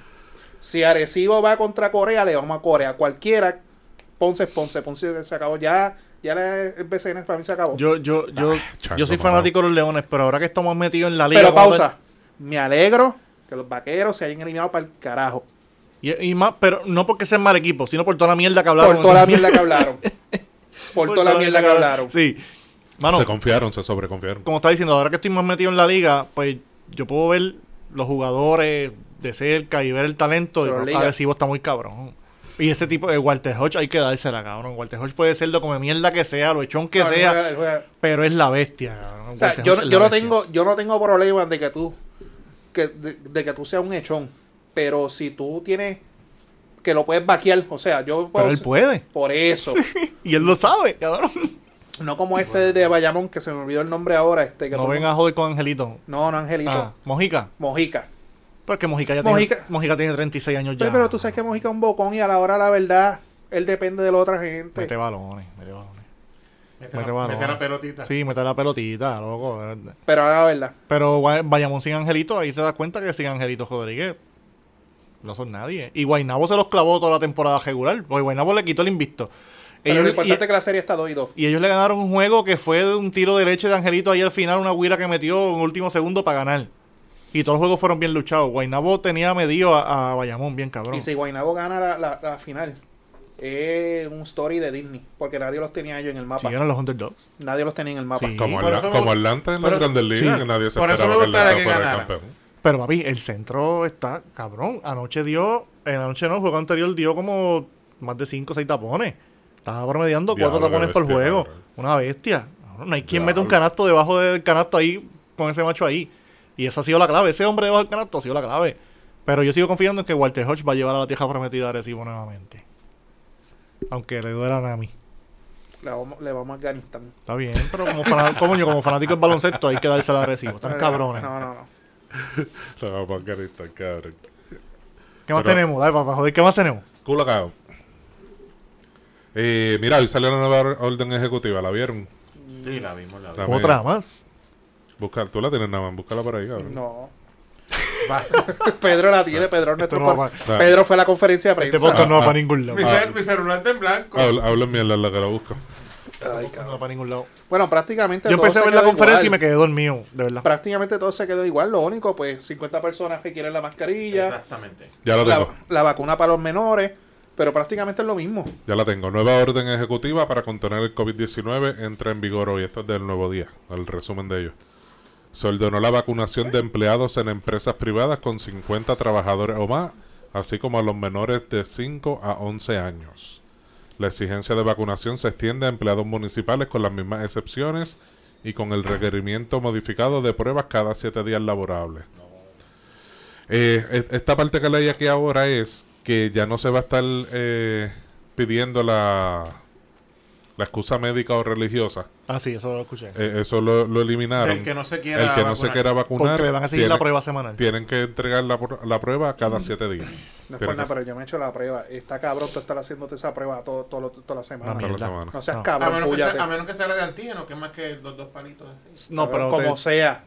Speaker 1: Si Arecibo va contra Corea, le vamos a Corea. Cualquiera, Ponce es Ponce. Ponce se acabó ya. Ya la- el BCN para mí se acabó.
Speaker 3: Yo, yo, yo,
Speaker 4: chango,
Speaker 3: yo soy
Speaker 4: mamá.
Speaker 3: fanático de los leones, pero ahora que estamos metidos en la liga.
Speaker 1: Pero
Speaker 3: vamos a ver-
Speaker 1: pausa. Me alegro que los vaqueros se hayan eliminado para el carajo.
Speaker 3: Y, y más, pero no porque sean mal equipo, sino <laughs> por toda la mierda que hablaron.
Speaker 1: Por toda la mierda que hablaron. Por toda la mierda que hablaron.
Speaker 3: Sí. Mano,
Speaker 4: se confiaron, se sobreconfiaron.
Speaker 3: como estaba diciendo, ahora que estoy más metido en la liga, pues yo puedo ver los jugadores de cerca y ver el talento.
Speaker 1: Pero
Speaker 3: y
Speaker 1: liga.
Speaker 3: Arecibo está muy cabrón. Y ese tipo de Walter Hodge hay que dársela, cabrón. Walter Hodge puede ser lo como mierda que sea, lo echón que
Speaker 1: No, él
Speaker 3: sea,
Speaker 1: juega- él juega-
Speaker 3: pero es la bestia, cabrón.
Speaker 1: O sea,
Speaker 3: Walter
Speaker 1: yo,
Speaker 3: Hodge es
Speaker 1: yo
Speaker 3: la
Speaker 1: no
Speaker 3: bestia.
Speaker 1: tengo, yo no tengo problemas de que tú que, de, de que tú seas un hechón. Pero si tú tienes que lo puedes vaquear, o sea, yo puedo
Speaker 3: Pero él
Speaker 1: ser-
Speaker 3: puede.
Speaker 1: por
Speaker 3: <laughs>
Speaker 1: eso.
Speaker 3: Y él lo sabe, cabrón.
Speaker 1: No como este de Bayamón, que se me olvidó el nombre ahora, este que
Speaker 3: No
Speaker 1: todo-
Speaker 3: venga a joder con Angelito.
Speaker 1: no, no, Angelito.
Speaker 3: Ah, Mojica.
Speaker 1: Mojica.
Speaker 3: Porque Mojica ya
Speaker 1: Mojica.
Speaker 3: tiene. Mojica tiene 36 años ya.
Speaker 1: Pero, pero tú sabes que Mojica es un bocón y a la hora la verdad, él depende de la otra gente.
Speaker 3: Mete balones, mete balones.
Speaker 2: Mete,
Speaker 3: Mete
Speaker 2: la,
Speaker 3: balón.
Speaker 2: mete la pelotita.
Speaker 3: Sí, mete la pelotita, loco. ¿verdad?
Speaker 1: Pero a la verdad.
Speaker 3: Pero Gua- Bayamón sin Angelito, ahí se da cuenta que sin Angelito Rodríguez no son nadie. Y Guainabo se los clavó toda la temporada regular. Porque Guainabo le quitó el invicto.
Speaker 1: Pero
Speaker 3: Ellos-
Speaker 1: lo
Speaker 3: y- e-
Speaker 1: importante es que la serie está 2 y 2.
Speaker 3: Y ellos le ganaron un juego que fue de un tiro de leche de Angelito ahí al final, una guira que metió en último segundo para ganar. Y todos los juegos fueron bien luchados. Guainabo tenía medido a, a Bayamón, bien cabrón.
Speaker 1: Y si Guaynabo gana la, la- la final, es un story de Disney. Porque nadie los tenía ellos en el mapa.
Speaker 3: Siguieron los Underdogs.
Speaker 1: Nadie los tenía en el mapa.
Speaker 3: Sí.
Speaker 4: Como,
Speaker 2: por
Speaker 4: Atla-
Speaker 2: eso me
Speaker 4: como
Speaker 2: gu-
Speaker 4: Atlanta en la
Speaker 2: por-
Speaker 4: Grandes Ligas,
Speaker 3: sí.
Speaker 4: que nadie se
Speaker 2: Por eso
Speaker 4: esperaba
Speaker 2: me
Speaker 4: que
Speaker 2: gustara
Speaker 4: Atlanta
Speaker 2: que
Speaker 4: fuera
Speaker 2: ganara.
Speaker 4: campeón.
Speaker 3: Pero papi, el centro está cabrón. Anoche dio, en la noche no, el juego anterior dio como más de 5 o 6 tapones. Estaba promediando 4
Speaker 4: Diablo, qué
Speaker 3: tapones por
Speaker 4: bestia,
Speaker 3: juego.
Speaker 4: cabrón.
Speaker 3: Una bestia. Cabrón, No hay quien meta un
Speaker 4: Diablo.
Speaker 3: canasto debajo del canasto ahí con ese macho ahí. Y esa ha sido la clave. Ese hombre debajo del canasto ha sido la clave. Pero yo sigo confiando en que Walter Hodge va a llevar a la tierra prometida a Arecibo nuevamente. Aunque le duela a mí.
Speaker 1: Le vamos, le vamos a Afganistán.
Speaker 3: Está bien, pero como, fana- <laughs> coño, como fanático del baloncesto hay que dársela a Arecibo. Están cabrones.
Speaker 1: No, no, no.
Speaker 4: Se va a bancar esta, cabrón.
Speaker 3: ¿Qué más
Speaker 4: Pero-
Speaker 3: tenemos? Dale, papá, joder, ¿qué más tenemos?
Speaker 4: Culo cagado. Eh, mira, hoy salió la nueva orden ejecutiva, ¿la vieron?
Speaker 2: Sí, la vimos, la
Speaker 4: La
Speaker 2: vimos.
Speaker 3: Otra más.
Speaker 4: Busca, tú la tienes nada más, búscala por ahí, cabrón.
Speaker 1: No. <laughs> Pedro la tiene, Pedro es nuestro.
Speaker 3: Esto no va
Speaker 1: por-
Speaker 4: pa-
Speaker 1: Pedro fue a la conferencia de
Speaker 3: Este
Speaker 1: prensa.
Speaker 3: podcast no va
Speaker 4: Ah,
Speaker 3: para
Speaker 4: ah.
Speaker 3: ningún lado.
Speaker 2: Mi,
Speaker 3: Este
Speaker 2: cel- mi celular está en blanco.
Speaker 4: Habla, habla mierda la que la busco.
Speaker 1: Ay,
Speaker 3: podcast Este No
Speaker 1: cabrón.
Speaker 3: va para ningún lado.
Speaker 1: Bueno, prácticamente.
Speaker 3: Yo
Speaker 1: todo
Speaker 3: empecé a
Speaker 1: se
Speaker 3: ver la
Speaker 1: quedó
Speaker 3: conferencia y
Speaker 1: igual.
Speaker 3: me quedé dormido, de verdad.
Speaker 1: Prácticamente todo se quedó igual. Lo único, pues 50 personas que quieren la
Speaker 4: Ah.
Speaker 1: mascarilla,
Speaker 2: Exactamente.
Speaker 4: Ya la
Speaker 1: la,
Speaker 4: tengo,
Speaker 1: la vacuna para los menores, pero prácticamente es lo mismo.
Speaker 4: ya la tengo. Nueva orden ejecutiva para contener el COVID-19 entra en vigor hoy. Esto es del nuevo día, el resumen de ello. Se ordenó la vacunación de empleados en empresas privadas con 50 trabajadores o más, así como a los menores de 5 a 11 años. La exigencia de vacunación se extiende a empleados municipales con las mismas excepciones y con el requerimiento modificado de pruebas cada 7 días laborables. Eh, e- esta parte que leí aquí ahora es que ya no se va a estar eh, pidiendo la, la excusa médica o religiosa.
Speaker 3: Ah, sí, eso lo escuché.
Speaker 4: Eh, eso lo, lo eliminaron.
Speaker 2: El que no se quiera
Speaker 4: El que no se
Speaker 2: vacunar.
Speaker 4: quiera vacunar.
Speaker 3: Porque le van a seguir
Speaker 4: tiene-
Speaker 3: la prueba semanal.
Speaker 4: Tienen que entregar la, pr- la prueba cada siete días.
Speaker 1: No es por
Speaker 4: Tiene que
Speaker 1: nada,
Speaker 4: ser
Speaker 1: pero yo me he hecho la prueba. Está cabrón tú estar haciéndote esa prueba todo, todo, lo- toda la semana.
Speaker 3: Una
Speaker 4: toda la
Speaker 3: mierda.
Speaker 4: semana.
Speaker 1: No seas
Speaker 3: No.
Speaker 2: A
Speaker 1: cabrón,
Speaker 2: menos, Ah, que
Speaker 1: púllate.
Speaker 2: sea, a menos que sea la de antígeno, que es más que los dos palitos así.
Speaker 3: No, pero
Speaker 1: como
Speaker 3: te-
Speaker 1: sea,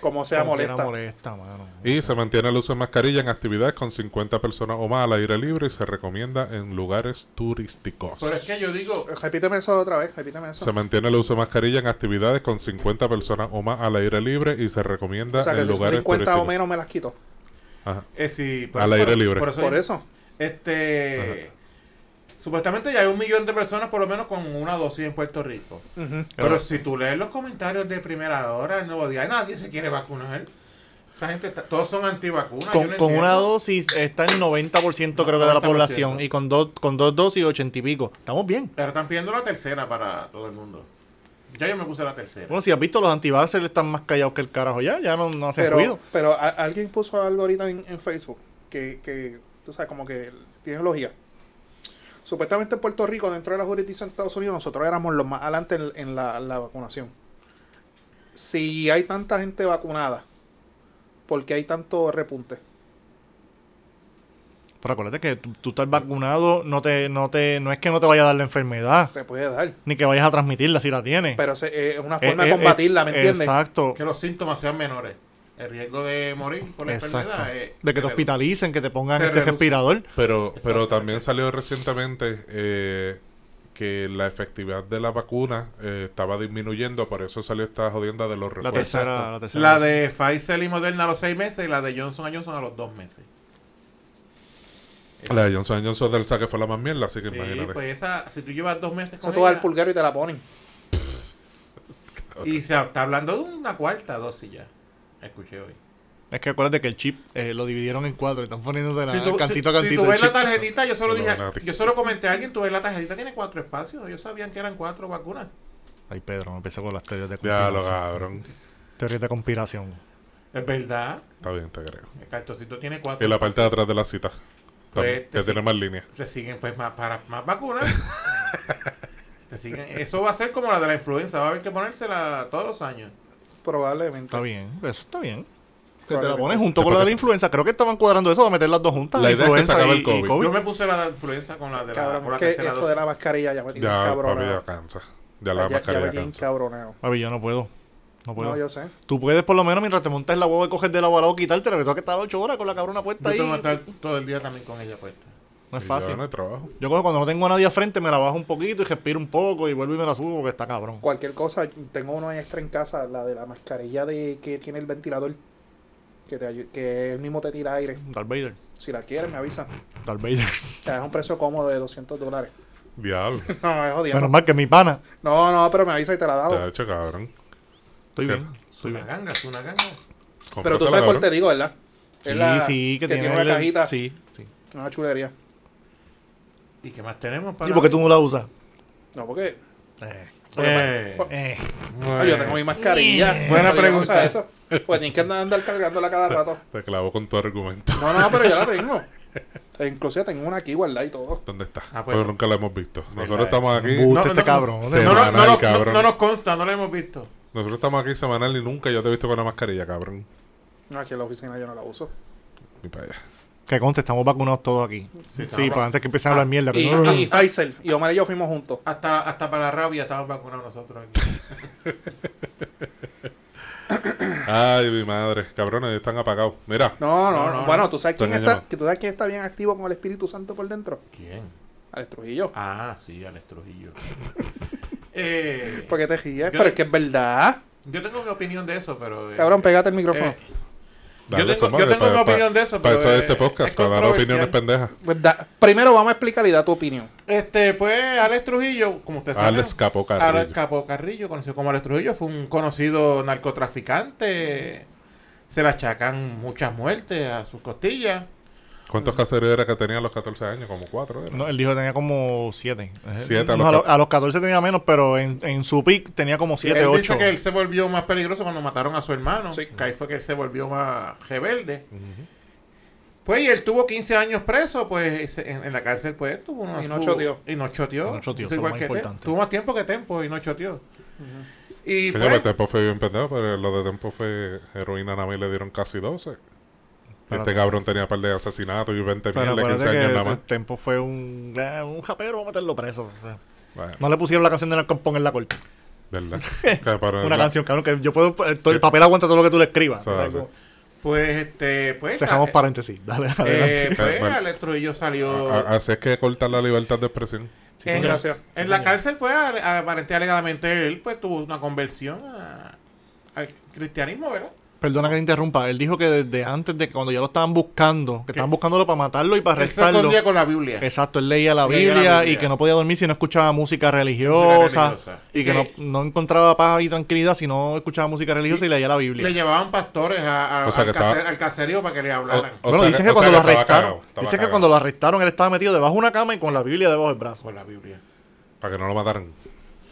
Speaker 1: como sea
Speaker 3: como quiera
Speaker 1: molesta.
Speaker 3: molesta, mano.
Speaker 4: Y se mantiene el uso de mascarilla en actividades con 50 personas o más al aire libre y se recomienda en lugares turísticos.
Speaker 2: Pero es que yo digo,
Speaker 1: Repíteme eso otra vez, repíteme eso.
Speaker 4: Se mantiene el uso de mascarilla en actividades con 50 personas o más al aire libre y se recomienda
Speaker 1: o sea, que
Speaker 4: en
Speaker 1: si son
Speaker 4: lugares
Speaker 1: 50 o
Speaker 4: turísticos.
Speaker 1: menos me las quito.
Speaker 4: Ajá.
Speaker 2: eh, si- por
Speaker 4: Al
Speaker 2: eso-
Speaker 4: aire libre.
Speaker 1: Por eso.
Speaker 2: Este. Supuestamente ya hay un millón de personas, por lo menos, con una dosis en Puerto Rico. Pero si tú lees los comentarios de primera hora, el nuevo día, nadie se quiere vacunar. Esa gente está- todos son antivacunas. yo
Speaker 3: Con,
Speaker 2: no
Speaker 3: con una
Speaker 2: entiendo.
Speaker 3: dosis está el 90% creo que de la
Speaker 2: 90%.
Speaker 3: población. Y con dos, con dos dosis, 80 y pico. Estamos bien.
Speaker 2: Pero están pidiendo la tercera para todo el mundo. Ya yo me puse la tercera.
Speaker 3: Bueno, si has visto, los antivaxxers están más callados que el carajo ya. Ya no, no hacen
Speaker 1: Pero,
Speaker 3: ruido.
Speaker 1: pero a- alguien puso algo ahorita en, en Facebook que, que, tú sabes, como que tiene lógica. Supuestamente en Puerto Rico, dentro de la jurisdicción de Estados Unidos, nosotros éramos los más adelante en, en la, la vacunación. Si hay tanta gente vacunada, ¿por qué hay tanto repunte?
Speaker 3: Pero acuérdate que tú, tú estás vacunado, no te, no te, no es que no te vaya a dar la enfermedad,
Speaker 1: Te puede dar.
Speaker 3: ni que vayas a transmitirla si la tienes.
Speaker 1: Pero se- eh, es una
Speaker 3: Eh,
Speaker 1: forma
Speaker 3: eh,
Speaker 1: de
Speaker 3: eh,
Speaker 1: combatirla, ¿me entiendes?
Speaker 3: Exacto.
Speaker 2: Que los síntomas sean menores. El riesgo de morir por la
Speaker 3: Exacto.
Speaker 2: enfermedad es.
Speaker 3: De que te hospitalicen, que te pongan
Speaker 2: se
Speaker 3: este
Speaker 2: reduce.
Speaker 3: respirador.
Speaker 4: Pero, pero también salió recientemente eh, que la efectividad de la vacuna eh, estaba disminuyendo, por eso salió esta jodienda de los
Speaker 3: La
Speaker 4: refuerzos.
Speaker 3: tercera, la tercera.
Speaker 2: La
Speaker 3: dosis.
Speaker 2: de Pfizer y Moderna a los seis meses y la de Johnson Johnson a los dos meses.
Speaker 4: La de Johnson Johnson del saque fue la más mierda, así que
Speaker 2: Sí,
Speaker 4: imagínate.
Speaker 2: pues esa, si tú llevas dos meses
Speaker 1: O
Speaker 2: con
Speaker 1: sea, tú vas al
Speaker 2: ella,
Speaker 1: pulguero y te la ponen.
Speaker 2: y se está hablando de una cuarta dosis ya. Escuché hoy.
Speaker 3: Es que acuérdate que el chip eh, lo dividieron en cuatro. Están poniéndote la,
Speaker 2: Si tú,
Speaker 3: cantito a
Speaker 2: si- si
Speaker 3: cantito.
Speaker 2: tú
Speaker 3: el
Speaker 2: ves la
Speaker 3: chip.
Speaker 2: tarjetita, yo solo
Speaker 4: Pero
Speaker 2: dije,
Speaker 4: gratis.
Speaker 2: yo solo comenté a alguien, tú ves la tarjetita, tiene cuatro espacios. Ellos sabían que eran cuatro vacunas.
Speaker 3: Ay, Pedro, me empecé con las teorías de
Speaker 4: Ya lo
Speaker 3: conspiración.
Speaker 4: cabrón.
Speaker 3: teorías de conspiración.
Speaker 2: Es verdad.
Speaker 4: Está bien, te creo.
Speaker 2: El cartoncito tiene cuatro.
Speaker 4: En la parte de atrás de la cita.
Speaker 2: Pues,
Speaker 4: Tam- que
Speaker 2: te
Speaker 4: tiene más líneas.
Speaker 2: Le siguen pues más para más
Speaker 3: <laughs>
Speaker 2: vacunas. Te siguen. Eso va a ser como la de la influenza, va a haber que ponérsela todos los años.
Speaker 1: Probablemente.
Speaker 3: Está bien, pues eso está bien. Que te la
Speaker 1: Probablemente.
Speaker 3: pones junto con la de la influenza. Creo que estaban cuadrando eso de meter las dos juntas.
Speaker 4: La idea es que se
Speaker 3: influenza
Speaker 4: acabe el
Speaker 3: y- y
Speaker 4: COVID.
Speaker 2: Yo me puse la de influenza con la de la,
Speaker 1: Cabrón,
Speaker 2: con la
Speaker 1: que
Speaker 2: tercera
Speaker 1: esto de
Speaker 2: dosis.
Speaker 1: la mascarilla ya me tiene
Speaker 4: Ya, papi, ya
Speaker 1: cabronado.
Speaker 4: cansa. Ya la
Speaker 1: Ah, Ya, ya,
Speaker 4: mascarilla
Speaker 1: me tiene
Speaker 4: cansa.
Speaker 1: cabronado.
Speaker 3: Papi, yo no puedo. No puedo.
Speaker 1: No, yo sé.
Speaker 3: Tú puedes, por lo menos, mientras te montas la huevo y coges de la guarda o quitártela, que tengo que estar 8 horas con la cabrona puesta
Speaker 2: Yo
Speaker 3: ahí.
Speaker 2: tengo que estar todo el día también con ella puesta.
Speaker 3: No es
Speaker 4: Y
Speaker 3: fácil.
Speaker 4: ya no hay trabajo.
Speaker 3: Yo cojo cuando no tengo a nadie al frente, me la bajo un poquito y respiro un poco y vuelvo y me la subo porque está cabrón.
Speaker 1: Cualquier cosa, tengo uno extra en casa, la de la mascarilla de que tiene el ventilador. Que, te, ayu- que él mismo te tira aire.
Speaker 3: Darth Vader.
Speaker 1: Si la quieres, me avisa.
Speaker 3: Darth Vader.
Speaker 1: Te das un precio cómodo de 200 dólares. <laughs>
Speaker 4: Diablo.
Speaker 1: No, es jodiendo.
Speaker 3: Menos mal que es mi pana.
Speaker 1: No, no, pero me avisa y te la
Speaker 4: Te
Speaker 1: damos.
Speaker 4: ha hecho cabrón.
Speaker 3: Estoy
Speaker 4: Sí.
Speaker 3: bien.
Speaker 2: Es una ganga, es una ganga.
Speaker 1: Pero tú
Speaker 4: Cómprasela,
Speaker 1: sabes cuál
Speaker 4: cabrón.
Speaker 1: te digo, ¿verdad? Es
Speaker 3: Sí,
Speaker 1: la-
Speaker 3: sí, que, tiene,
Speaker 1: una
Speaker 3: el-
Speaker 1: cajita.
Speaker 3: Sí, sí.
Speaker 1: Una chulería.
Speaker 2: ¿Y qué más tenemos para
Speaker 3: ¿Y por qué tú no la usas?
Speaker 1: No, porque
Speaker 3: Eh,
Speaker 2: Eh,
Speaker 3: eh.
Speaker 1: ah, yo tengo mi mascarilla.
Speaker 2: Buena
Speaker 1: Pero yo no sé
Speaker 2: pregunta.
Speaker 1: Eso. Pues tienes que andar, andar cargándola cada rato.
Speaker 4: Te clavó con tu argumento. <laughs>
Speaker 1: No, no, pero ya la tengo. E Inclusive tengo una aquí guardada y todo.
Speaker 4: ¿Dónde está?
Speaker 2: Ah, pues
Speaker 4: Pero
Speaker 2: sí.
Speaker 4: nunca la hemos visto. Nosotros
Speaker 2: Verdad,
Speaker 4: estamos aquí.
Speaker 3: Embuste
Speaker 2: No,
Speaker 3: este
Speaker 2: no,
Speaker 3: cabrón.
Speaker 4: se-
Speaker 2: no, no, no,
Speaker 4: Semanal,
Speaker 2: no,
Speaker 4: cabrón.
Speaker 2: no nos consta, no lo hemos visto.
Speaker 4: Nosotros estamos aquí semanal y nunca yo te he visto con la mascarilla, cabrón.
Speaker 1: No, aquí en la oficina yo no la uso.
Speaker 4: Ni para allá.
Speaker 3: Que conste, estamos vacunados todos aquí. Sí,
Speaker 2: estamos-
Speaker 3: para antes que empiecen a hablar mierda. que
Speaker 1: Ah, Y,
Speaker 3: no-
Speaker 1: y Faisal y Omar y yo fuimos juntos.
Speaker 2: Hasta, hasta para la rabia estamos vacunados nosotros aquí.
Speaker 4: Ay, mi madre. Cabrones, están apagados. Mira.
Speaker 1: No, no,
Speaker 2: No,
Speaker 1: no.
Speaker 2: no,
Speaker 1: Bueno,
Speaker 2: no.
Speaker 1: ¿tú sabes, quién
Speaker 4: Entonces,
Speaker 1: está, que ¿tú sabes quién está bien activo con el Espíritu Santo por dentro?
Speaker 2: ¿Quién?
Speaker 1: Alex Trujillo.
Speaker 2: Ah, sí, Alex Trujillo. eh,
Speaker 1: ¿Por qué te ríes?
Speaker 2: Yo-
Speaker 1: Pero es que es verdad.
Speaker 2: yo tengo mi opinión de eso, pero. eh,
Speaker 1: Cabrón, pégate el
Speaker 2: eh,
Speaker 1: micrófono.
Speaker 4: Dale,
Speaker 2: tengo-
Speaker 4: Soma,
Speaker 2: yo
Speaker 4: que
Speaker 2: tengo una opinión de eso,
Speaker 4: Para
Speaker 2: pero
Speaker 4: eso es
Speaker 2: es-
Speaker 4: este podcast,
Speaker 2: es
Speaker 4: para dar opiniones
Speaker 2: controversial.
Speaker 4: pendejas.
Speaker 1: ¿Verdad? Primero vamos a explicar y da tu opinión.
Speaker 2: Este, pues, Alex Trujillo, como usted sabe.
Speaker 4: Alex Capo Carrillo.
Speaker 2: Alex Capo Carrillo, conocido como Alex Trujillo, fue un conocido narcotraficante. Se le achacan muchas muertes a sus costillas.
Speaker 4: ¿Cuántos caseros era que tenía a los 14 años? Como 4 era.
Speaker 3: No, él dijo que tenía como 7.
Speaker 4: Siete a los
Speaker 3: a, los,
Speaker 4: ca-
Speaker 3: a los 14 tenía menos, pero en, en su pick tenía como
Speaker 2: Sí,
Speaker 3: 7,
Speaker 2: él
Speaker 3: 8.
Speaker 2: dice que él se volvió más peligroso cuando mataron a su hermano.
Speaker 1: Sí.
Speaker 2: Que ahí fue que él se volvió más rebelde. Pues, y él tuvo 15 años preso, pues, en, en la cárcel, pues, tuvo una
Speaker 1: Y no
Speaker 2: su-
Speaker 1: choteó.
Speaker 2: Y no choteó.
Speaker 3: Y no choteó,
Speaker 2: Eso
Speaker 3: fue lo
Speaker 2: igual
Speaker 3: más
Speaker 2: que Tem-
Speaker 3: importante.
Speaker 2: Tuvo más tiempo que Tempo y no choteó. Y, pues,
Speaker 4: Coño, pero el tiempo fue bien pendejo, pero lo de tiempo fue heroína nada más y le dieron casi 12.
Speaker 3: Espérate.
Speaker 4: Este cabrón tenía un par de asesinatos y 20
Speaker 3: Pero
Speaker 4: mil de 15
Speaker 3: acuérdate
Speaker 4: años
Speaker 3: que
Speaker 4: nada más.
Speaker 3: el Tempo fue un, eh, un japero, vamos a meterlo preso. O sea,
Speaker 4: Bueno,
Speaker 3: No le pusieron la canción de Narcompón en la corte.
Speaker 4: verdad.
Speaker 2: <laughs>
Speaker 4: Que para-
Speaker 3: Una
Speaker 4: la-
Speaker 3: canción, cabrón, que yo puedo. El, el papel aguanta todo lo que tú le escribas.
Speaker 4: Eso
Speaker 3: O sea,
Speaker 4: hace.
Speaker 3: como-
Speaker 2: pues, este, pues.
Speaker 3: Cerramos
Speaker 2: eh,
Speaker 3: paréntesis. <laughs> Dale, adelante.
Speaker 2: Eh, pues,
Speaker 4: Vale.
Speaker 2: Alex Trujillo salió.
Speaker 4: A- Así es que cortar la libertad de expresión.
Speaker 1: Sí,
Speaker 2: en,
Speaker 1: señor. gracias.
Speaker 2: en la cárcel, pues, ale- aparentemente, alegadamente, él pues tuvo una conversión a- al cristianismo, ¿verdad?
Speaker 3: Perdona que te interrumpa. Él dijo que desde antes de cuando ya lo estaban buscando, que estaban buscándolo para matarlo y para
Speaker 2: Él se
Speaker 3: arrestarlo.
Speaker 2: escondía con la Biblia.
Speaker 3: Exacto, él leía la,
Speaker 2: Leía
Speaker 3: Biblia,
Speaker 2: la
Speaker 3: y
Speaker 2: Biblia.
Speaker 3: que no podía dormir si no escuchaba música religiosa.
Speaker 2: religiosa.
Speaker 3: Y que no,
Speaker 2: Sí.
Speaker 3: no encontraba paz y tranquilidad si no escuchaba música religiosa y leía la Biblia.
Speaker 2: Le llevaban pastores a- a-
Speaker 4: O
Speaker 2: al,
Speaker 4: sea que estaba-
Speaker 2: caser- al caserío para que le hablaran.
Speaker 4: O- o
Speaker 3: bueno,
Speaker 4: sea
Speaker 3: dicen
Speaker 4: que-
Speaker 3: que,
Speaker 4: o sea
Speaker 3: cuando
Speaker 4: que
Speaker 3: lo
Speaker 4: estaba
Speaker 3: arrestaron,
Speaker 4: cagado, estaba
Speaker 3: dicen que
Speaker 4: cagado.
Speaker 3: cuando lo arrestaron él estaba metido debajo de una cama y con la Biblia debajo del brazo.
Speaker 2: Con la Biblia.
Speaker 4: Para que no lo mataran.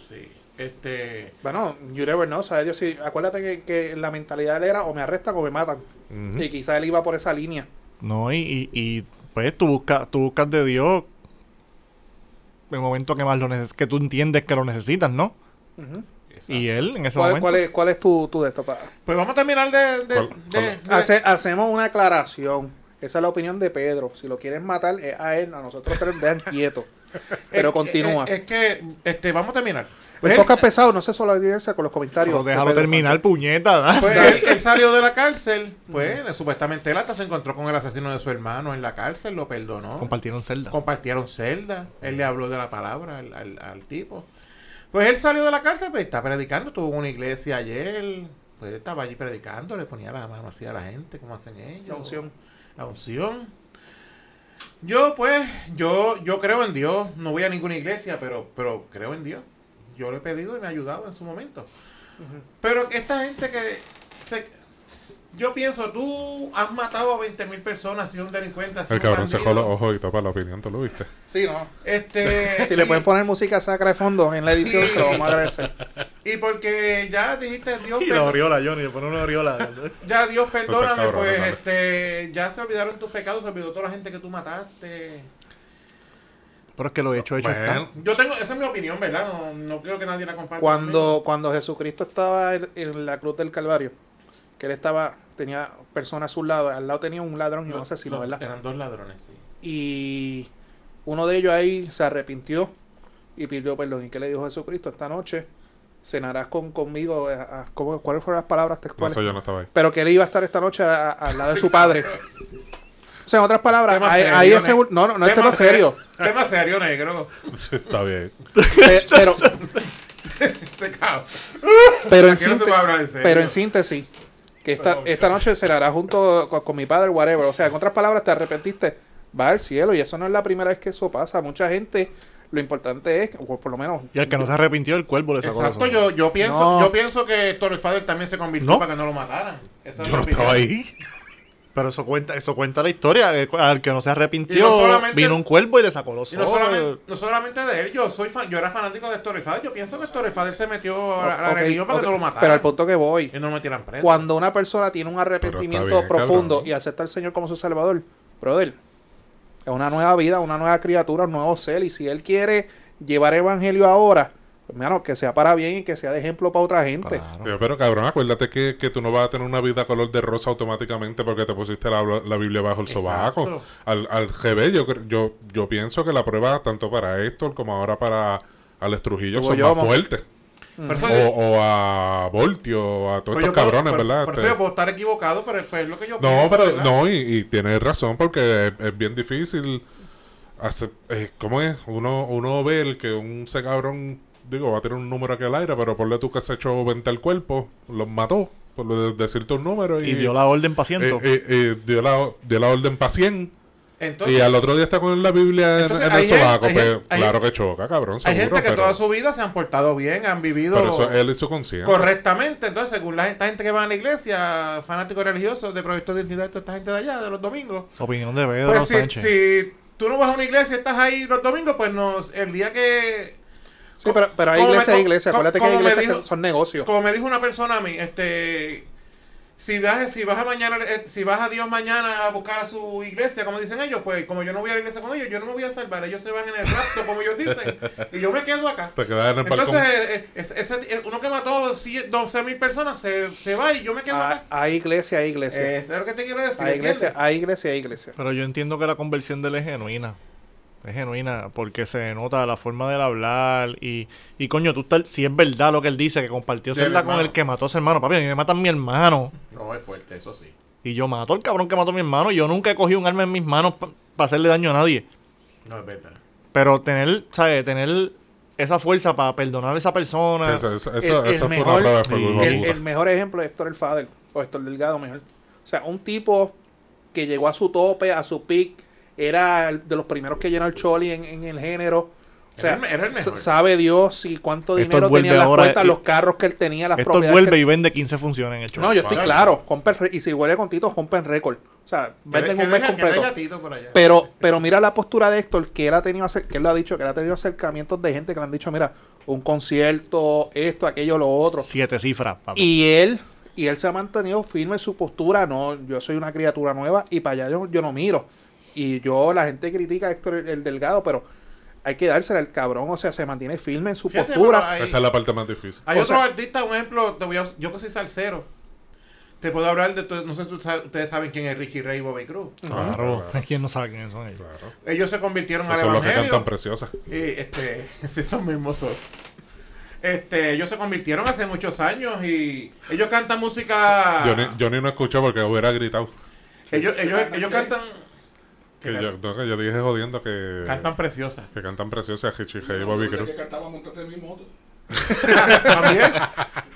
Speaker 2: Sí. Este.
Speaker 1: Bueno, you never know, ¿sabes? Dios, sí, acuérdate que, que la mentalidad de él era o me arrestan o me matan. Y quizás él iba por esa línea.
Speaker 3: No, y, y- y, pues tú buscas, tú buscas de Dios en el momento que más lo neces que tú entiendes que lo necesitas, ¿no?
Speaker 1: Ujú.
Speaker 3: Y él en ese
Speaker 1: ¿Cuál,
Speaker 3: momento.
Speaker 1: cuál es, ¿Cuál es tu, tu de esto? pa-
Speaker 2: Pues vamos a terminar de. de-
Speaker 4: ¿Cuál-
Speaker 2: de-
Speaker 4: cuál?
Speaker 2: de-
Speaker 1: Hace- hacemos una aclaración. Esa es la opinión de Pedro. Si lo quieren matar, es a él, a nosotros tres,
Speaker 2: <laughs>
Speaker 1: dejan quieto. Pero
Speaker 2: eh,
Speaker 1: continúa.
Speaker 2: eh, Es, que este, vamos a terminar. Pues,
Speaker 1: El
Speaker 2: Él-
Speaker 1: podcast pesado, no se solidariza con los comentarios.
Speaker 3: Pero
Speaker 1: de
Speaker 3: déjalo
Speaker 1: Pedro
Speaker 3: terminar, puñeta. ¿verdad?
Speaker 2: Pues él, él salió de la cárcel, pues supuestamente él hasta se encontró con el asesino de su hermano en la cárcel, lo perdonó.
Speaker 3: Compartieron celda.
Speaker 2: Compartieron celda, él le habló de la palabra al, al- al tipo. Pues él salió de la cárcel, pues está predicando, tuvo una iglesia ayer, pues estaba allí predicando, le ponía la mano así a la gente, como hacen ellos.
Speaker 1: La unción.
Speaker 2: La unción. Yo pues, yo, yo creo en Dios, no voy a ninguna iglesia, pero, pero creo en Dios. Yo le he pedido y me ha ayudado en su momento. Pero esta gente que se, Yo pienso, tú has matado a 20 mil personas, sido un delincuente, has sido
Speaker 4: El
Speaker 2: un
Speaker 4: cabrón se
Speaker 2: bandido.
Speaker 4: dejó los ojos y tapa la opinión, ¿tú lo viste?
Speaker 1: Sí,
Speaker 2: <laughs>
Speaker 1: no. <laughs>
Speaker 2: Este,
Speaker 1: Si le
Speaker 2: y-
Speaker 1: pueden poner música sacra de fondo en la edición,
Speaker 2: Sí.
Speaker 1: se lo vamos a agradecer.
Speaker 2: Y porque ya dijiste,
Speaker 1: <laughs>
Speaker 2: Dios,
Speaker 3: Y
Speaker 2: perdón-
Speaker 3: la oriola, Johnny, le pone una oriola.
Speaker 2: ya Dios
Speaker 4: No seas
Speaker 2: perdóname,
Speaker 4: cabrón,
Speaker 2: pues
Speaker 4: no, no.
Speaker 2: este, ya se olvidaron tus pecados, se olvidó toda la gente que tú mataste.
Speaker 3: Pero es que lo hecho, hecho
Speaker 4: Bueno,
Speaker 3: está.
Speaker 2: Yo tengo, esa es mi opinión, ¿verdad? No, no creo que nadie la comparta.
Speaker 1: Cuando, cuando Jesucristo estaba en, en la cruz del Calvario, que él estaba, tenía personas a su lado, al lado tenía un ladrón y un
Speaker 2: conmigo.
Speaker 1: asesino, ¿verdad?
Speaker 2: Eran dos ladrones. sí.
Speaker 1: Y uno de ellos ahí se arrepintió y pidió perdón. ¿Y qué le dijo Jesucristo? Esta noche cenarás con, conmigo. eh, a- ¿cómo- ¿Cuáles fueron las palabras
Speaker 4: no,
Speaker 1: textuales?
Speaker 4: eso yo no
Speaker 2: <laughs>
Speaker 4: estaba ahí.
Speaker 1: Pero que él iba a estar esta noche a- a- al lado de su padre. O sea, en otras palabras,
Speaker 2: Tema
Speaker 1: ahí,
Speaker 2: serio,
Speaker 1: ahí ese...
Speaker 2: ne-
Speaker 1: No, no, no es tema
Speaker 2: ser-
Speaker 1: serio.
Speaker 2: <laughs> Tema serio, negro. <laughs>
Speaker 4: Sí, Está bien.
Speaker 1: Pe- Pero,
Speaker 2: Este cabrón.
Speaker 1: pero, en
Speaker 2: Aquí no se
Speaker 1: síntesis,
Speaker 2: va a hablar en serio.
Speaker 1: pero en síntesis, que esta, esta noche cenarás junto con, con mi padre, whatever. O sea, en otras palabras, te arrepentiste. Va al cielo y eso no es la primera vez que eso pasa. Mucha gente, lo importante es, o por lo menos
Speaker 3: Y al que no se arrepintió, el cuervo le sacó
Speaker 2: Exacto,
Speaker 3: los ojos.
Speaker 2: yo, yo pienso,
Speaker 1: No.
Speaker 2: yo pienso que Torrefader también se convirtió
Speaker 3: No.
Speaker 2: para que no lo mataran. Esa es
Speaker 4: Yo no
Speaker 2: mi opinión.
Speaker 4: estaba ahí.
Speaker 3: Pero eso cuenta, eso cuenta la historia. que cu- Al que no se
Speaker 2: Y
Speaker 3: arrepintió,
Speaker 2: no solamente-
Speaker 3: vino un cuervo y le sacó los
Speaker 2: Y
Speaker 3: ojos.
Speaker 2: no solamente, no solamente de él, yo soy fan, yo era fanático de Torrefader, yo pienso que Torrefader se metió a la, a la
Speaker 1: Ok,
Speaker 2: religión para
Speaker 1: ok,
Speaker 2: que no lo mataran.
Speaker 1: Pero al punto que voy,
Speaker 2: y no lo metieran preso.
Speaker 1: cuando una persona tiene un
Speaker 4: Pero
Speaker 1: arrepentimiento
Speaker 4: está bien,
Speaker 1: profundo
Speaker 4: cabrón.
Speaker 1: y acepta al Señor como su salvador, brother, es una nueva vida, una nueva criatura, un nuevo ser. Y si él quiere llevar evangelio ahora, pues, hermano, que sea para bien y que sea de ejemplo para otra gente.
Speaker 3: Claro.
Speaker 4: Pero, pero, cabrón, acuérdate que, que tú no vas a tener una vida color de rosa automáticamente porque te pusiste la, la Biblia bajo el
Speaker 2: Exacto.
Speaker 4: sobaco. Al, al GB, yo, cre- yo, yo pienso que la prueba, tanto para Héctor como ahora para Alex Trujillo,
Speaker 1: Como
Speaker 4: son
Speaker 1: yo,
Speaker 4: más
Speaker 1: mo-
Speaker 4: fuertes.
Speaker 2: Por eso-
Speaker 4: O, o a Voltio, o a todos
Speaker 2: pues yo
Speaker 4: estos
Speaker 2: puedo-
Speaker 4: cabrones,
Speaker 2: por-
Speaker 4: ¿verdad?
Speaker 2: Por
Speaker 4: Este-
Speaker 2: eso yo puedo estar equivocado, pero pues, es lo que yo
Speaker 4: No,
Speaker 2: pienso,
Speaker 4: pero
Speaker 2: ¿verdad?
Speaker 4: no, y, y tienes razón porque es, es bien difícil. Hacer, eh, ¿Cómo es? Uno, uno ve el que un ese cabrón, digo, va a tener un número aquí al aire, pero ponle tú que has hecho 20 al cuerpo, los mató, por de- decirte un número. Y,
Speaker 3: Y dio la orden
Speaker 4: eh,
Speaker 3: paciente.
Speaker 4: eh, eh, dio la- dio la orden paciente.
Speaker 2: Entonces,
Speaker 4: Y al otro día está con la Biblia en,
Speaker 2: Entonces,
Speaker 4: en el
Speaker 2: hay gen-
Speaker 4: sobaco.
Speaker 2: hay
Speaker 4: pues,
Speaker 2: gen- hay
Speaker 4: claro
Speaker 2: gen-
Speaker 4: que choca, cabrón.
Speaker 2: hay
Speaker 4: Seguro,
Speaker 2: gente que
Speaker 4: pero,
Speaker 2: toda su vida se han portado bien, han vivido
Speaker 4: pero eso es él y su conciencia.
Speaker 2: correctamente. Entonces, según la gente, gente que va a la iglesia, fanáticos religiosos de proyectos de identidad, toda esta gente de allá, de los domingos,
Speaker 3: Opinión de Pedro
Speaker 2: pues si,
Speaker 3: Sánchez.
Speaker 2: si tú no vas a una iglesia y estás ahí los domingos, pues nos, el día que
Speaker 1: Sí, pero, pero hay
Speaker 2: ¿Cómo me-
Speaker 1: iglesias
Speaker 2: cómo-
Speaker 1: iglesias. Acuérdate que hay
Speaker 2: cómo me
Speaker 1: iglesias que
Speaker 2: dijo-
Speaker 1: son negocios.
Speaker 2: Como me dijo una persona a mí, este si vas, si vas a mañana, eh, si vas a Dios mañana a buscar a su iglesia, como dicen ellos, pues como yo no voy a la iglesia con ellos, yo no me voy a salvar, ellos se van en el rapto, como ellos dicen, y yo me quedo acá.
Speaker 4: Te quedas en el
Speaker 2: Entonces,
Speaker 4: balcón.
Speaker 2: eh, eh, es- ese- eh, uno que mató 12 mil personas se, se va y yo me quedo
Speaker 1: Ah,
Speaker 2: acá.
Speaker 1: Hay iglesias, hay
Speaker 2: Eh,
Speaker 1: iglesias.
Speaker 2: eso es lo que te quiero decir.
Speaker 1: Hay ah. iglesias,
Speaker 2: ¿entiendes?
Speaker 1: hay iglesias, hay iglesias.
Speaker 3: Pero yo entiendo que la conversión de él es genuina. Es genuina, porque se nota la forma del hablar. Y, y coño, tú estás, si es verdad lo que él dice, que compartió
Speaker 2: Del
Speaker 3: celda con
Speaker 2: hermano.
Speaker 3: el que mató a su hermano. Papi, a mí me matan mi hermano.
Speaker 2: No, es fuerte, eso sí.
Speaker 3: Y yo mato al cabrón que mató a mi hermano. y Yo nunca he cogido un arma en mis manos para hacerle daño a nadie.
Speaker 2: No, es verdad.
Speaker 3: Pero tener, ¿sabes? Tener esa fuerza para perdonar a esa persona.
Speaker 4: Eso- eso-
Speaker 1: el-
Speaker 4: eso-
Speaker 1: el
Speaker 4: esa fue
Speaker 1: mejor-
Speaker 4: una prueba de fuego,
Speaker 3: el-
Speaker 4: hijo de
Speaker 1: El,
Speaker 4: puta.
Speaker 1: el mejor ejemplo es Héctor el Fader, o Héctor Delgado mejor. O sea, un tipo que llegó a su tope, a su peak, era el- de los primeros que llenó el Choli en, en el género. O sea,
Speaker 2: Era el- era el mejor.
Speaker 1: s- sabe Dios y cuánto
Speaker 3: Héctor
Speaker 1: dinero tenía en
Speaker 3: vuelve
Speaker 1: las
Speaker 3: ahora
Speaker 2: eh,
Speaker 1: cuentas,
Speaker 3: y-
Speaker 1: los carros que él tenía, las
Speaker 3: Esto
Speaker 1: propiedades
Speaker 3: vuelve
Speaker 1: que-
Speaker 3: y vende 15 funciones en el show.
Speaker 1: No, yo estoy
Speaker 2: Vale.
Speaker 1: claro. compra el re- y si vuelve con Tito, compren récord. O sea,
Speaker 2: Que
Speaker 1: venden un
Speaker 2: deja-
Speaker 1: mes
Speaker 2: que deja
Speaker 1: completo.
Speaker 2: gatito por allá.
Speaker 1: Pero, pero mira la postura de Héctor, que él ha tenido acer- que él lo ha dicho, que él ha tenido acercamientos de gente que le han dicho, mira, un concierto, esto, aquello, lo otro.
Speaker 3: Siete cifras, papi.
Speaker 1: Y él, y él se ha mantenido firme en su postura. No, yo soy una criatura nueva y para allá yo, yo no miro. Y yo, la gente critica a Héctor el, el Delgado, pero hay que dársela al cabrón. O sea, se mantiene firme en su
Speaker 2: Fíjate, pero
Speaker 1: postura.
Speaker 2: ahí-
Speaker 4: Esa es la parte más difícil.
Speaker 2: Hay
Speaker 1: O
Speaker 2: otros
Speaker 1: sea-
Speaker 2: artistas, un ejemplo, te voy a- yo que soy salsero. Te puedo hablar de, no sé si tú sabes- ustedes saben quién es Ricky Ray y Bobby Cruz.
Speaker 3: Claro. ¿Quién no sabe quiénes son ellos?
Speaker 2: Ellos se convirtieron
Speaker 4: Esos
Speaker 2: al
Speaker 4: son los que cantan
Speaker 2: evangelio.
Speaker 4: preciosas.
Speaker 2: Y este, <laughs> esos mismos son. Este, ellos se convirtieron hace muchos años y ellos cantan música.
Speaker 4: Johnny, Johnny no escuchó porque hubiera gritado.
Speaker 2: ellos, ellos, ellos cantan,
Speaker 4: Que yo, no, que yo dije jodiendo que
Speaker 2: cantan preciosas.
Speaker 4: que cantan preciosas Hichi Hey
Speaker 5: No,
Speaker 4: Bobby
Speaker 5: yo sé
Speaker 4: Cruz.
Speaker 5: que cantaba Montate en mi moto.
Speaker 2: También.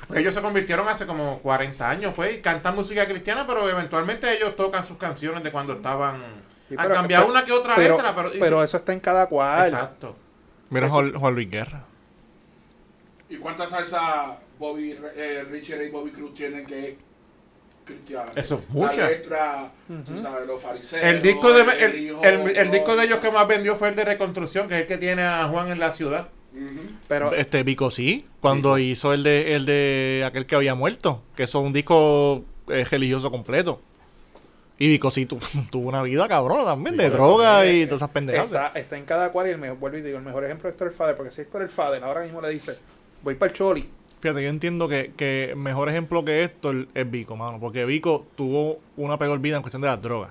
Speaker 2: Pues ellos se convirtieron hace como 40 años, pues, y cantan música cristiana, pero eventualmente ellos tocan sus canciones de cuando estaban.
Speaker 1: Sí,
Speaker 2: han
Speaker 1: pero-
Speaker 2: cambiado
Speaker 1: pero-
Speaker 2: una que otra
Speaker 1: Pero,
Speaker 2: letra, pero.
Speaker 1: pero eso está en cada cual.
Speaker 2: exacto.
Speaker 3: Mira
Speaker 1: Eso-
Speaker 3: Juan, Juan Luis Guerra.
Speaker 5: ¿Y cuánta salsa Bobby, eh, Richard y Bobby Cruz tienen que cristianos.
Speaker 2: Eso es
Speaker 5: La
Speaker 2: mucha.
Speaker 5: letra, tú sabes, los fariseos.
Speaker 2: El disco de el,
Speaker 5: hijo
Speaker 2: el- el disco de
Speaker 5: pródigo.
Speaker 2: ellos que más vendió fue el de Reconstrucción, que es el que tiene a Juan en la ciudad.
Speaker 5: Ujú.
Speaker 1: Pero
Speaker 3: Este Vico sí, cuando hizo el de, el de aquel que había muerto, que eso es un disco eh, religioso completo. Y Vico sí tu- <laughs> tuvo una vida cabrona también, de
Speaker 1: Pero
Speaker 3: droga
Speaker 1: sí,
Speaker 3: y
Speaker 1: eh,
Speaker 3: todas esas pendejadas.
Speaker 1: Está, está en cada cual y el mejor, vuelvo y digo, el mejor ejemplo es Héctor el Fader, porque si Héctor el Fader ahora mismo le dice, voy para el Choli,
Speaker 3: Fíjate, yo entiendo que, que mejor ejemplo que esto es Vico, mano, porque Vico tuvo una peor vida en cuestión de las drogas.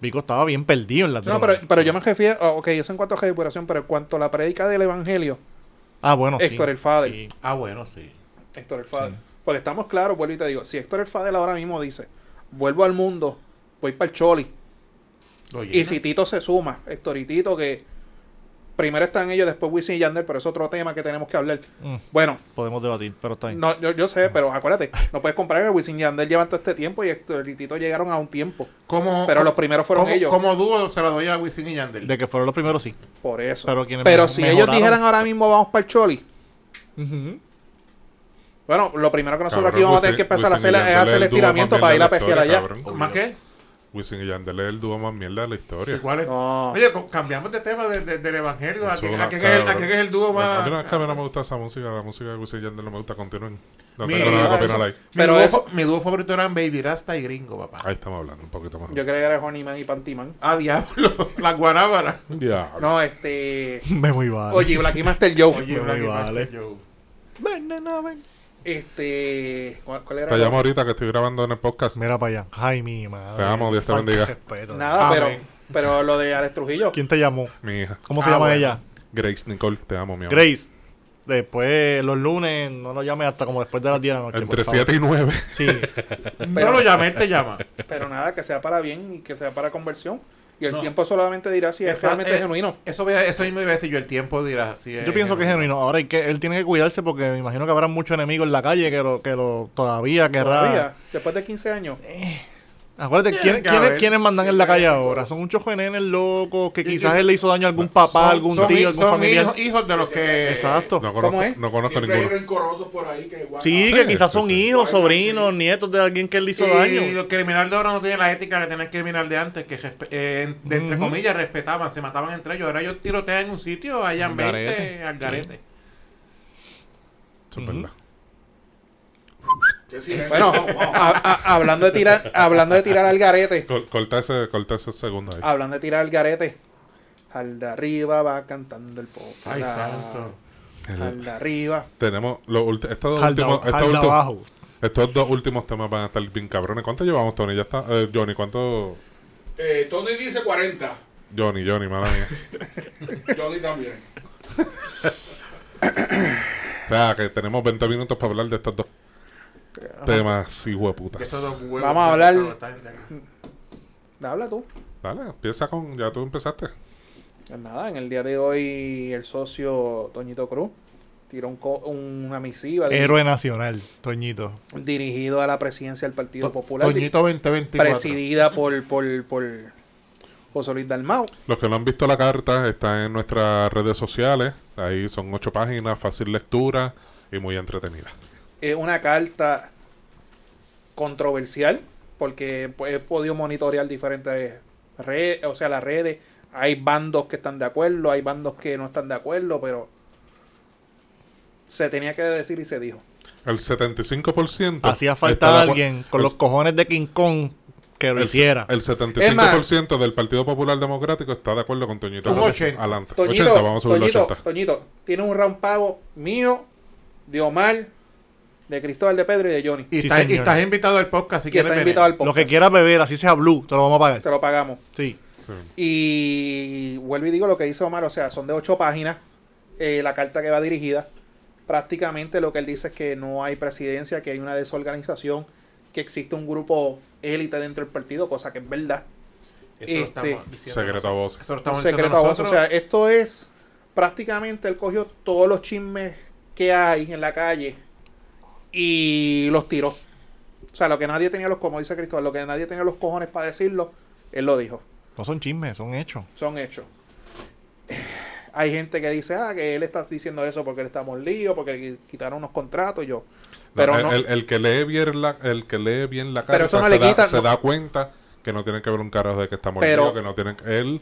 Speaker 3: Vico estaba bien perdido en las
Speaker 1: No,
Speaker 3: drogas.
Speaker 1: pero, pero yo me refiero, oh, ok, eso en cuanto a recuperación, pero en cuanto a la predica del Evangelio,
Speaker 3: ah, bueno, sí.
Speaker 1: Héctor el Fader,
Speaker 3: Sí.
Speaker 2: Ah, bueno, sí.
Speaker 1: Héctor el Fader, porque estamos claros, vuelvo y te digo, si Héctor el Fader ahora mismo dice, vuelvo al mundo, voy para el Choli,
Speaker 2: Oye,
Speaker 1: y si Tito se suma, Héctor y Tito, que primero están ellos, después Wisin y Yandel, pero es otro tema que tenemos que hablar.
Speaker 3: Mm.
Speaker 1: Bueno,
Speaker 3: Podemos debatir, pero está bien.
Speaker 1: no, yo, yo sé, pero acuérdate, no puedes comparar que Wisin y Yandel llevan todo este tiempo y Héctor y Tito llegaron a un tiempo.
Speaker 2: como,
Speaker 1: Pero los primeros fueron
Speaker 2: como-
Speaker 1: ellos.
Speaker 2: Como dúo se lo doy a Wisin y Yandel.
Speaker 3: De que fueron los primeros, sí.
Speaker 1: Por eso.
Speaker 3: Pero quienes
Speaker 1: Pero
Speaker 3: me-
Speaker 1: si
Speaker 3: mejoraron-
Speaker 1: ellos dijeran ahora mismo vamos para el Choli,
Speaker 3: Ujú.
Speaker 1: bueno, lo primero que nosotros
Speaker 4: Cabrón,
Speaker 1: aquí vamos a tener
Speaker 4: Wisin-
Speaker 1: que empezar a
Speaker 4: Wisin y
Speaker 1: hacer es
Speaker 4: Yandel es
Speaker 1: hacer el
Speaker 4: dúo
Speaker 1: estiramiento
Speaker 4: más
Speaker 1: para ir a
Speaker 4: mierda de
Speaker 1: pescar
Speaker 4: la
Speaker 1: allá.
Speaker 4: historia, cabrón.
Speaker 2: ¿Más qué?
Speaker 4: Wisin y Yandel es el dúo más mierda de la historia.
Speaker 2: ¿Cuál es?
Speaker 1: No.
Speaker 2: Oye, co- cambiamos de tema de- de- del evangelio. ¿A
Speaker 4: Eso
Speaker 2: quién
Speaker 4: una
Speaker 2: a quién es el- a
Speaker 4: cabra.
Speaker 2: quién es el dúo
Speaker 4: A mí no,
Speaker 2: más?
Speaker 4: es que a mí no me gusta esa música, la música de Wisin y Yandel no me gusta, continúen. No
Speaker 2: Mi-
Speaker 4: tengo nada que
Speaker 1: eso-
Speaker 4: opinar ahí.
Speaker 2: Mi
Speaker 1: Pero
Speaker 2: dúo,
Speaker 1: eso-
Speaker 2: fa- mi dúo favorito eran Baby Rasta y Gringo, papá.
Speaker 4: Ahí estamos hablando un poquito más.
Speaker 1: Yo creo que era Honeyman y Pantiman.
Speaker 2: Ah, diablo. <laughs> Las guanábaras.
Speaker 4: Diablo.
Speaker 1: No, este.
Speaker 3: <laughs> Me muy vale.
Speaker 1: Oye, Blacky Master Joe.
Speaker 3: Muy
Speaker 2: Blacky
Speaker 3: vale.
Speaker 2: Master Joe.
Speaker 3: Ven, nena, ven.
Speaker 1: Este. ¿Cuál, cuál era?
Speaker 4: Te llamo ahorita que estoy grabando en el podcast.
Speaker 3: Mira para allá. Ay, mi madre.
Speaker 4: Te amo, Dios te
Speaker 3: Falta
Speaker 4: bendiga.
Speaker 3: de respeto.
Speaker 1: Nada,
Speaker 2: Ah,
Speaker 1: pero.
Speaker 2: ven.
Speaker 1: Pero lo de Alex Trujillo.
Speaker 3: ¿Quién te llamó?
Speaker 4: Mi hija.
Speaker 3: ¿Cómo se
Speaker 2: Ah,
Speaker 3: llama
Speaker 2: bueno.
Speaker 3: ella?
Speaker 4: Grace Nicole, te amo, mi amor.
Speaker 3: Grace. Después, los lunes, no nos llames hasta como después de las 10 de la noche.
Speaker 4: Entre
Speaker 3: por favor.
Speaker 4: 7 y 9.
Speaker 3: Sí.
Speaker 2: No lo llamé, él te llama.
Speaker 1: Pero nada, que sea para bien y que sea para conversión. Y el
Speaker 2: No.
Speaker 1: tiempo solamente dirá si es
Speaker 2: Esa-
Speaker 1: realmente
Speaker 2: eh,
Speaker 1: genuino.
Speaker 2: Eso, voy a- eso mismo iba a decir yo. El tiempo dirá. si
Speaker 3: Yo pienso que es genuino. Ahora, hay que, él tiene que cuidarse porque me imagino que habrá muchos enemigos en la calle que lo, que lo todavía
Speaker 2: <laughs>
Speaker 3: querrá.
Speaker 1: Todavía, después de 15 años.
Speaker 2: Eh.
Speaker 3: Acuérdate,
Speaker 2: Tiene
Speaker 3: ¿quién-
Speaker 2: que
Speaker 3: quiénes-
Speaker 2: haber.
Speaker 3: ¿quiénes mandan en la calle
Speaker 5: Siempre hay
Speaker 3: ahora? Son muchos genenes locos que
Speaker 2: Yo-
Speaker 3: quizás
Speaker 2: yo-
Speaker 3: él le hizo daño a algún papá, algún
Speaker 2: son,
Speaker 3: tío,
Speaker 2: hi-
Speaker 3: algún
Speaker 2: son
Speaker 3: familiar.
Speaker 2: hijos, eh, hijos de los que.
Speaker 3: Exacto.
Speaker 4: No
Speaker 1: ¿Cómo
Speaker 4: conozco,
Speaker 1: es?
Speaker 4: no conozco
Speaker 5: Siempre hay
Speaker 4: ninguno.
Speaker 5: rencorosos por ahí que guardan-
Speaker 3: Sí,
Speaker 4: Sí,
Speaker 3: que quizás
Speaker 4: sí,
Speaker 3: son
Speaker 4: sí.
Speaker 3: hijos,
Speaker 5: Bueno,
Speaker 3: sobrinos,
Speaker 5: sí.
Speaker 3: nietos de alguien que él hizo
Speaker 2: Y
Speaker 3: daño.
Speaker 2: los criminales de ahora no tienen la ética que tenía el criminal de antes, que respe- eh, en- de entre
Speaker 3: Ujú.
Speaker 2: comillas respetaban, se mataban entre ellos. Ahora ellos tirotean en un sitio, allá en
Speaker 3: Al
Speaker 2: 20,
Speaker 3: garete.
Speaker 2: al garete.
Speaker 4: Eso es verdad.
Speaker 5: Qué silencio.
Speaker 1: Bueno,
Speaker 5: <laughs>
Speaker 1: a- a- hablando de tirar, hablando de tirar al garete,
Speaker 4: Col- Corta ese, corta ese segundo ahí.
Speaker 1: hablando de tirar al garete, al de arriba va cantando el poco.
Speaker 2: Ay, santo.
Speaker 1: Al de arriba.
Speaker 4: Tenemos los ulti- estos, dos
Speaker 3: Jalda-
Speaker 4: últimos, estos,
Speaker 3: jalda
Speaker 4: últimos-
Speaker 3: abajo.
Speaker 4: estos dos últimos temas van a estar bien cabrones. ¿Cuánto llevamos, Tony? Ya está. Eh, Johnny, ¿cuánto?
Speaker 5: Eh, Tony dice 40.
Speaker 4: Johnny, Johnny, mala
Speaker 3: <laughs>
Speaker 4: mía.
Speaker 5: Johnny también.
Speaker 4: O sea, que tenemos 20 minutos para hablar de estos dos temas, hijo de putas.
Speaker 2: Esos dos huevos
Speaker 1: Vamos a
Speaker 2: que
Speaker 1: hablar-
Speaker 2: han estado tan-
Speaker 1: Habla tú.
Speaker 4: Dale, empieza con. Ya tú empezaste.
Speaker 1: Pues nada, en el día de hoy el socio Toñito Cruz tiró un co- una misiva di-
Speaker 3: Héroe nacional, Toñito.
Speaker 1: dirigido a la presidencia del Partido Popular, di-
Speaker 2: Toñito 2024.
Speaker 1: presidida por, por, por José Luis Dalmau.
Speaker 4: Los que no han visto la carta está en nuestras redes sociales. Ahí son ocho páginas, fácil lectura y muy entretenida.
Speaker 1: es una carta controversial porque pues, he podido monitorear diferentes redes, o sea, las redes. Hay bandos que están de acuerdo, hay bandos que no están de acuerdo, pero se tenía que decir y se dijo.
Speaker 4: El 75%.
Speaker 3: Hacía
Speaker 4: está de
Speaker 3: falta
Speaker 4: acu-
Speaker 3: alguien con
Speaker 4: el-
Speaker 3: los cojones de King Kong que lo
Speaker 4: el-
Speaker 3: hiciera.
Speaker 4: El 75% del Partido Popular Democrático está de acuerdo con Toñito.
Speaker 2: Un
Speaker 4: Cruz.
Speaker 2: 80.
Speaker 4: Adelante.
Speaker 1: Toñito,
Speaker 4: 80, vamos a subirlo a
Speaker 1: Toñito,
Speaker 4: 80.
Speaker 1: Toñito, tiene un round pago mío, de Omar, de Cristóbal de Pedro y de Johnny.
Speaker 2: Y,
Speaker 3: Sí,
Speaker 2: estás, y
Speaker 3: señor.
Speaker 2: estás invitado al podcast si
Speaker 1: que
Speaker 2: quieres
Speaker 1: está
Speaker 2: venir.
Speaker 1: invitado al
Speaker 3: Lo
Speaker 1: podcast.
Speaker 3: que quieras beber, así sea blue, te lo vamos a
Speaker 1: Te
Speaker 3: pagar.
Speaker 1: lo pagamos.
Speaker 3: Sí.
Speaker 4: Sí.
Speaker 1: Y vuelvo y digo lo que dice Omar, o sea, son de ocho páginas eh, la carta que va dirigida. Prácticamente lo que él dice es que no hay presidencia, que hay una desorganización, que existe un grupo élite dentro del partido, cosa que es verdad.
Speaker 2: Eso lo estamos
Speaker 1: Este,
Speaker 2: diciendo
Speaker 4: Secreto a
Speaker 2: nosotros.
Speaker 4: voces.
Speaker 2: Eso lo
Speaker 1: Un
Speaker 2: estamos diciendo
Speaker 1: secreto a voces. O
Speaker 2: nosotros.
Speaker 1: sea, esto es prácticamente él cogió todos los chismes que hay en la calle y los tiró. O sea, lo que nadie tenía los, como dice Cristóbal, lo que nadie tenía los cojones para decirlo, él lo dijo.
Speaker 3: No son chismes, son hechos.
Speaker 1: son hechos. <sighs> Hay gente que dice, ah, que él está diciendo eso porque él está lío, porque le quitaron unos contratos. Yo, pero
Speaker 4: el,
Speaker 1: no,
Speaker 4: el- el que lee bien la, el que lee bien la carta
Speaker 1: Pero eso no
Speaker 4: se,
Speaker 1: le
Speaker 4: da,
Speaker 1: quita-
Speaker 4: se
Speaker 1: no.
Speaker 4: da cuenta que no tienen que ver un carajo de que está mordido,
Speaker 1: Pero-
Speaker 4: que no tienen él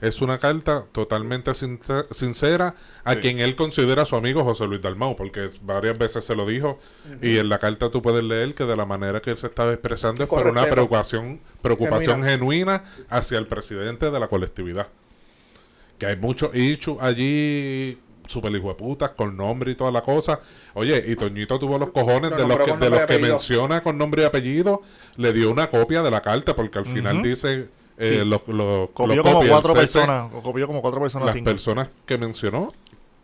Speaker 4: es una carta totalmente sincer- sincera a quien él considera su amigo José Luis Dalmau, porque varias veces se lo dijo y en la carta tú puedes leer que de la manera que él se estaba expresando es por
Speaker 1: Correcto.
Speaker 4: una preocupación preocupación genuina hacia el presidente de la colectividad. Que hay muchos ichus allí, super hijo de putas, con nombre y toda la cosa. Oye, y Toñito tuvo los cojones
Speaker 1: Lo
Speaker 4: de los
Speaker 1: nombró
Speaker 4: que,
Speaker 1: con
Speaker 4: de
Speaker 1: nombre y
Speaker 4: los que
Speaker 1: apellido.
Speaker 4: menciona con nombre y apellido, le dio una copia de la carta, porque al final dice. eh,
Speaker 3: Sí.
Speaker 4: los, los-
Speaker 3: Copió
Speaker 4: los
Speaker 3: como
Speaker 4: copias,
Speaker 3: cuatro
Speaker 4: el CC,
Speaker 3: personas. o Copió como cuatro personas.
Speaker 4: Las
Speaker 3: cinco.
Speaker 4: personas que mencionó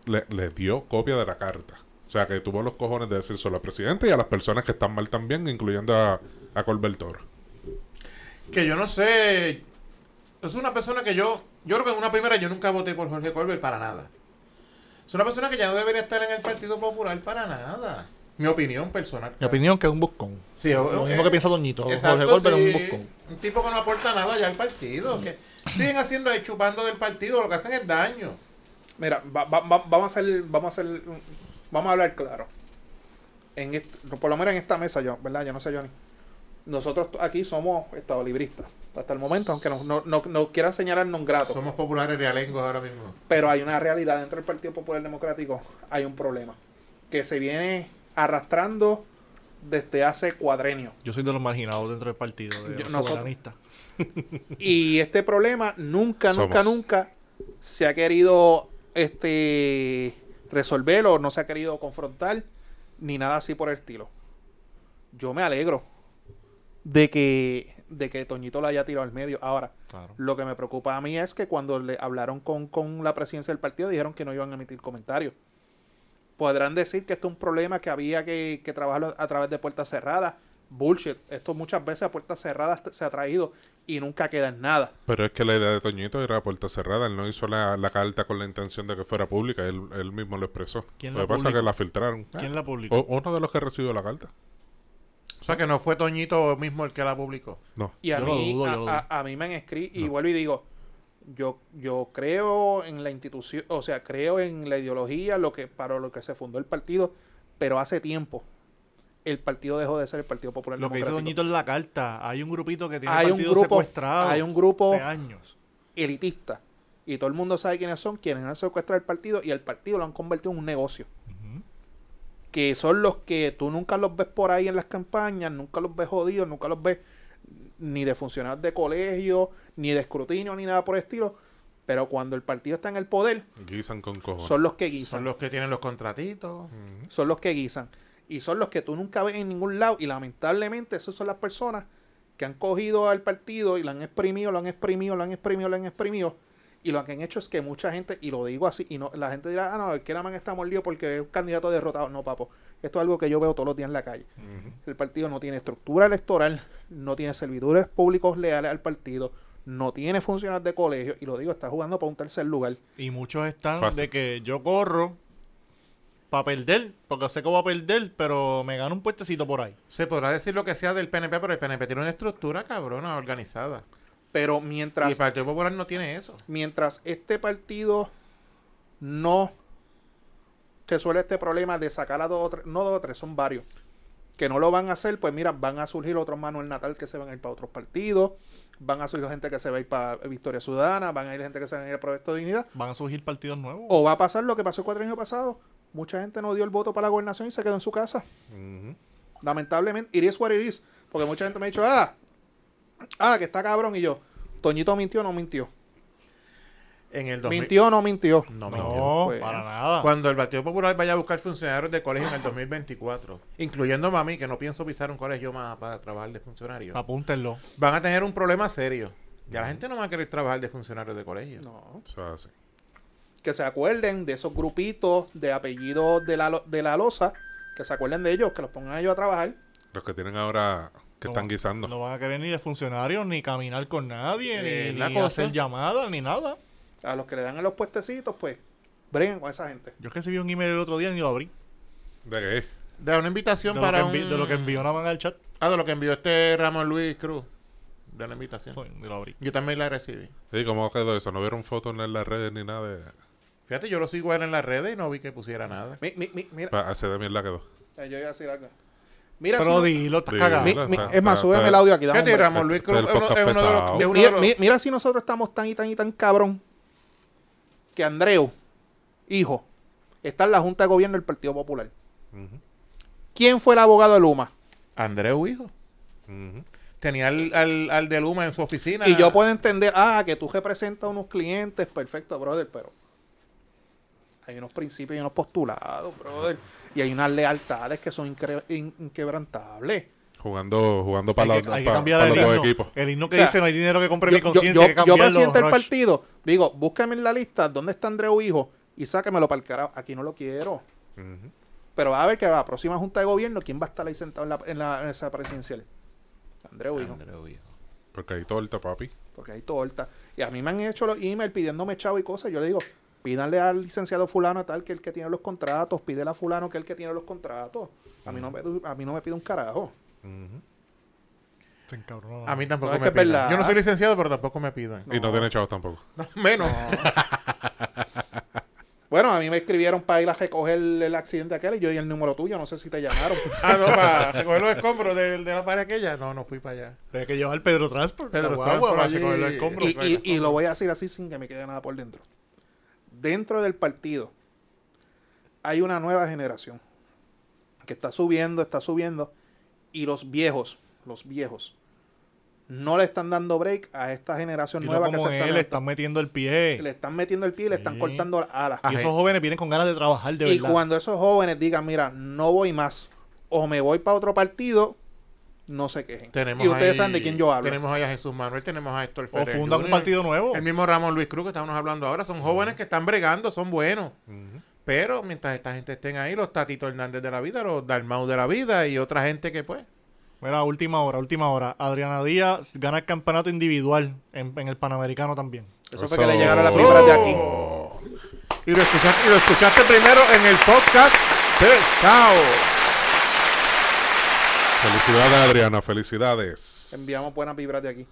Speaker 4: le, le dio copia de la carta. O sea, que tuvo los cojones de decir solo al presidente y a las personas que están mal también, incluyendo a, a Colbert Toro.
Speaker 2: Que yo no sé. Es una persona que yo. Yo creo que en una primera yo nunca voté por Jorge Colbert para nada. Es una persona que ya no debería estar en el Partido Popular para nada. Mi opinión personal.
Speaker 3: Mi opinión que es un buscón.
Speaker 2: Sí, o-
Speaker 3: Lo
Speaker 2: o-
Speaker 3: mismo
Speaker 2: eh,
Speaker 3: que piensa Doñito. Jorge
Speaker 2: exacto,
Speaker 3: Colbert
Speaker 2: sí.
Speaker 3: es un buscón.
Speaker 2: Un tipo que no aporta nada ya al partido. Que siguen haciendo ahí chupando del partido. Lo que hacen es daño.
Speaker 1: mira, va- va- va- vamos a hacer, vamos a hacer, vamos a hablar claro. En est- por lo menos en esta mesa, yo, ¿verdad? Yo no sé, Johnny. Nosotros aquí somos estadolibristas hasta el momento, aunque nos no, no, no quieran señalarnos un grato.
Speaker 2: Somos populares de alengos ahora mismo.
Speaker 1: Pero hay una realidad dentro del Partido Popular Democrático, hay un problema que se viene arrastrando desde hace cuadrenios.
Speaker 3: Yo soy de los marginados dentro del partido. De
Speaker 1: Yo-
Speaker 3: los
Speaker 1: nosotros-
Speaker 3: soberanistas.
Speaker 1: Y este problema nunca,
Speaker 4: Somos.
Speaker 1: nunca, nunca se ha querido este resolver o no se ha querido confrontar ni nada así por el estilo. Yo me alegro de que de que Toñito lo haya tirado al medio. Ahora,
Speaker 3: Claro.
Speaker 1: lo que me preocupa a mí es que cuando le hablaron con, con la presidencia del partido dijeron que no iban a emitir comentarios. Podrán decir que esto es un problema que había que, que trabajarlo a través de puertas cerradas. Bullshit. Esto muchas veces a puertas cerradas se ha traído y nunca queda en nada.
Speaker 4: Pero es que la idea de Toñito era a puerta cerrada. Él no hizo la, la carta con la intención de que fuera pública. Él, él mismo lo expresó.
Speaker 3: ¿Quién
Speaker 4: lo
Speaker 3: la
Speaker 4: que pasa es que
Speaker 3: publicó?
Speaker 4: la filtraron.
Speaker 3: ¿Quién la publicó?
Speaker 4: O- uno de los que recibió la carta.
Speaker 2: O sea que no fue Toñito mismo el que la publicó.
Speaker 4: No.
Speaker 1: Y a
Speaker 3: Yo lo
Speaker 1: mí,
Speaker 3: dudo,
Speaker 1: a,
Speaker 3: yo lo
Speaker 1: a- a mí me han escrito y vuelvo y digo, yo, yo creo en la institución, o sea, creo en la ideología, lo que para lo que se fundó el partido, pero hace tiempo el partido dejó de ser el Partido Popular
Speaker 3: Lo que dice
Speaker 1: Democrático.
Speaker 3: Doñito en la carta. Hay un grupito que tiene
Speaker 1: Hay
Speaker 3: el
Speaker 1: un
Speaker 3: partido
Speaker 1: grupo-
Speaker 3: secuestrado.
Speaker 1: hay un grupo-
Speaker 3: Hace años.
Speaker 1: elitista. Y todo el mundo sabe quiénes son, quienes han secuestrado el partido y el partido lo han convertido en un negocio. Que son los que tú nunca los ves por ahí en las campañas, nunca los ves jodidos, nunca los ves ni de funcionarios de colegio, ni de escrutinio, ni nada por el estilo. Pero cuando el partido está en el poder,
Speaker 4: Guisan con cojones.
Speaker 1: son los que
Speaker 2: Son
Speaker 1: guisan.
Speaker 2: los que tienen los contratitos.
Speaker 1: Son los que guisan. Y son los que tú nunca ves en ningún lado. Y lamentablemente, esas son las personas que han cogido al partido y lo han exprimido, lo han exprimido, lo han exprimido, lo han exprimido. Y lo que han hecho es que mucha gente, y lo digo así, y no, la gente dirá, ah, no, el que man está mordido porque es un candidato derrotado. No, papo. Esto es algo que yo veo todos los días en la calle. El partido no tiene estructura electoral, no tiene servidores públicos leales al partido, no tiene funcionarios de colegio, y lo digo, está jugando para un tercer lugar.
Speaker 3: Y muchos están
Speaker 4: Fácil.
Speaker 3: de que yo corro para perder, porque sé que voy a perder, pero me gano un puestecito por ahí.
Speaker 2: Se podrá decir lo que sea del PNP, pero el PNP tiene una estructura cabrona organizada.
Speaker 1: Pero
Speaker 2: Y
Speaker 1: mientras
Speaker 2: el Partido Popular no tiene eso.
Speaker 1: mientras este partido no resuelve este problema de sacar a dos o tres, no dos o tres, son varios, que no lo van a hacer, pues mira, van a surgir otros Manuel Natal que se van a ir para otros partidos, van a surgir gente que se va a ir para Victoria Ciudadana, van a ir gente que se va a ir al Proyecto Dignidad,
Speaker 3: Van a surgir partidos nuevos.
Speaker 1: o va a pasar lo que pasó el cuatro años pasado, mucha gente no dio el voto para la gobernación y se quedó en su casa.
Speaker 4: Ujú.
Speaker 1: Lamentablemente, it is what it is. Porque mucha gente me ha dicho, ah, ah, que está cabrón. Y yo, Toñito mintió o no mintió.
Speaker 2: En el 2000.
Speaker 1: Mintió o no mintió.
Speaker 2: No,
Speaker 3: no,
Speaker 2: mintió.
Speaker 1: pues.
Speaker 3: para nada.
Speaker 2: Cuando el Partido Popular vaya a buscar funcionarios de colegio en el 2024, incluyéndome a mí, que no pienso pisar un colegio más para trabajar de funcionario,
Speaker 3: Ah. Apúntenlo.
Speaker 2: van a tener un problema serio.
Speaker 3: Mm.
Speaker 2: Ya la gente no va a querer trabajar de funcionario de colegio.
Speaker 1: No.
Speaker 4: Eso es así.
Speaker 1: que se acuerden de esos grupitos de apellidos de la, lo- de la losa, que se acuerden de ellos, que los pongan ellos a trabajar.
Speaker 4: Los que tienen ahora que
Speaker 3: No
Speaker 4: están
Speaker 3: va-
Speaker 4: guisando.
Speaker 3: No van a querer ni de funcionarios, ni caminar con nadie,
Speaker 2: Eh,
Speaker 3: ni,
Speaker 2: la
Speaker 3: ni
Speaker 2: cosa.
Speaker 3: hacer llamadas, ni nada.
Speaker 1: A los que le dan en los puestecitos, pues, breguen con esa gente.
Speaker 3: Yo recibí un email el otro día y ni lo abrí.
Speaker 4: ¿De qué?
Speaker 2: De una invitación
Speaker 3: De lo, que
Speaker 2: para
Speaker 3: envi-
Speaker 2: un-
Speaker 3: de lo que envió nada más al chat,
Speaker 2: Ah, de lo que envió este Ramón Luis Cruz. De una invitación.
Speaker 3: pues, ni lo abrí.
Speaker 2: Yo también la recibí.
Speaker 4: Sí, ¿cómo quedó eso? No vieron fotos en las redes ni nada de...
Speaker 2: Fíjate, yo lo sigo a él en las redes y no vi que pusiera nada.
Speaker 1: Mi- mi- mi- mira,
Speaker 4: Pa- Hace de mierda quedó.
Speaker 1: Eh, yo iba a decir algo. Mira,
Speaker 3: Pero
Speaker 1: si no-
Speaker 3: dilo, estás
Speaker 4: Dilo.
Speaker 3: cagado.
Speaker 1: mi-
Speaker 4: Está-
Speaker 1: mi-
Speaker 4: está-
Speaker 1: es más,
Speaker 4: está-
Speaker 1: suben el audio aquí. dame un
Speaker 2: Fíjate,
Speaker 1: break.
Speaker 2: Ramón Luis Cruz es
Speaker 4: Este es el
Speaker 2: uno,
Speaker 4: podcast
Speaker 2: es uno de los...
Speaker 4: pesado.
Speaker 2: es uno de
Speaker 1: Mira,
Speaker 2: los-
Speaker 1: mi- mira si nosotros estamos tan y tan y tan cabrón que Andreu, hijo, está en la Junta de Gobierno del Partido Popular. ¿Quién fue el abogado de Luma?
Speaker 2: Andreu, hijo.
Speaker 4: Ujú.
Speaker 2: Tenía al, al, al de Luma en su oficina.
Speaker 1: Y yo puedo entender, ah, que tú representas a unos clientes, perfecto, brother, pero hay unos principios y unos postulados, brother. Y hay unas lealtades que son incre- in- inquebrantables.
Speaker 4: Jugando, jugando
Speaker 3: Hay
Speaker 4: para
Speaker 3: que, hay que cambiar el
Speaker 4: los dos
Speaker 3: himno.
Speaker 4: equipos.
Speaker 3: El himno que
Speaker 1: O sea,
Speaker 3: dice no hay dinero que compre
Speaker 1: Yo,
Speaker 3: mi
Speaker 1: yo-
Speaker 3: conciencia,
Speaker 1: yo-
Speaker 3: hay que
Speaker 1: yo
Speaker 3: cambiarlo.
Speaker 1: presidente del
Speaker 3: Roche.
Speaker 1: partido, digo, búscame en la lista dónde está Andreu Hijo y sácamelo para el carajo. Aquí no lo quiero.
Speaker 4: Ujú.
Speaker 1: Pero va a ver que a la próxima junta de gobierno, ¿quién va a estar ahí sentado en, la, en, la- en esa presidencial? Andreu Hijo.
Speaker 2: Andreu, hijo.
Speaker 4: Porque hay torta, papi.
Speaker 1: porque hay torta. Y a mí me han hecho los emails pidiéndome chavo y cosas. Yo le digo, pídanle al licenciado fulano tal que el que tiene los contratos, pídele a fulano que el que tiene los contratos. A mí no me, a mí no me pide un carajo.
Speaker 4: Ujú.
Speaker 3: Se encabronó.
Speaker 2: A mí tampoco
Speaker 1: No, es
Speaker 2: me
Speaker 1: que es
Speaker 2: piden.
Speaker 1: verdad.
Speaker 2: Yo no soy licenciado, pero tampoco me piden.
Speaker 4: Y no tiene chavos tampoco.
Speaker 2: Menos.
Speaker 1: Bueno, a mí me escribieron para ir a recoger el, el accidente aquel y yo di el número tuyo, no sé si te llamaron.
Speaker 2: Ah, no, <laughs> para recoger los escombros de, de la pared aquella. No, no fui para allá.
Speaker 3: Tiene que llevar Pedro Transport.
Speaker 2: Pedro
Speaker 3: la guagua,
Speaker 2: Transport
Speaker 3: para
Speaker 2: allí.
Speaker 3: recoger los escombros.
Speaker 1: y, y- y lo voy a decir así sin que me quede nada por dentro. Dentro del partido hay una nueva generación que está subiendo, está subiendo, y los viejos, los viejos, no le están dando break a esta generación
Speaker 3: Y no
Speaker 1: nueva que
Speaker 3: como
Speaker 1: se
Speaker 3: él,
Speaker 1: está
Speaker 3: le están metiendo el pie.
Speaker 1: le están metiendo el pie y le están
Speaker 3: Sí.
Speaker 1: cortando las alas.
Speaker 3: Y esos jóvenes vienen con ganas de trabajar, de
Speaker 1: Y
Speaker 3: verdad.
Speaker 1: cuando esos jóvenes digan, mira, no voy más, o me voy para otro partido, no se quejen.
Speaker 2: Tenemos
Speaker 1: y ustedes
Speaker 2: ahí-
Speaker 1: saben de quién yo hablo.
Speaker 2: Tenemos ahí a Jesús Manuel, tenemos a Héctor
Speaker 3: o
Speaker 2: Ferrer.
Speaker 3: fundan un
Speaker 2: Jr.
Speaker 3: partido nuevo.
Speaker 2: El mismo Ramón Luis Cruz que estábamos hablando ahora. Son jóvenes que están bregando, son buenos. Pero mientras esta gente estén ahí, los Tatito Hernández de la vida, los Dalmau de la vida y otra gente que pues...
Speaker 3: Mira, última hora, última hora. Adriana Díaz gana el campeonato individual en, en el Panamericano también.
Speaker 1: Eso fue que le llegaron las vibras de aquí.
Speaker 2: Y lo escuchaste, y lo escuchaste primero en el podcast pesado.
Speaker 4: Felicidades, Adriana. Felicidades.
Speaker 1: Enviamos buenas vibras de aquí.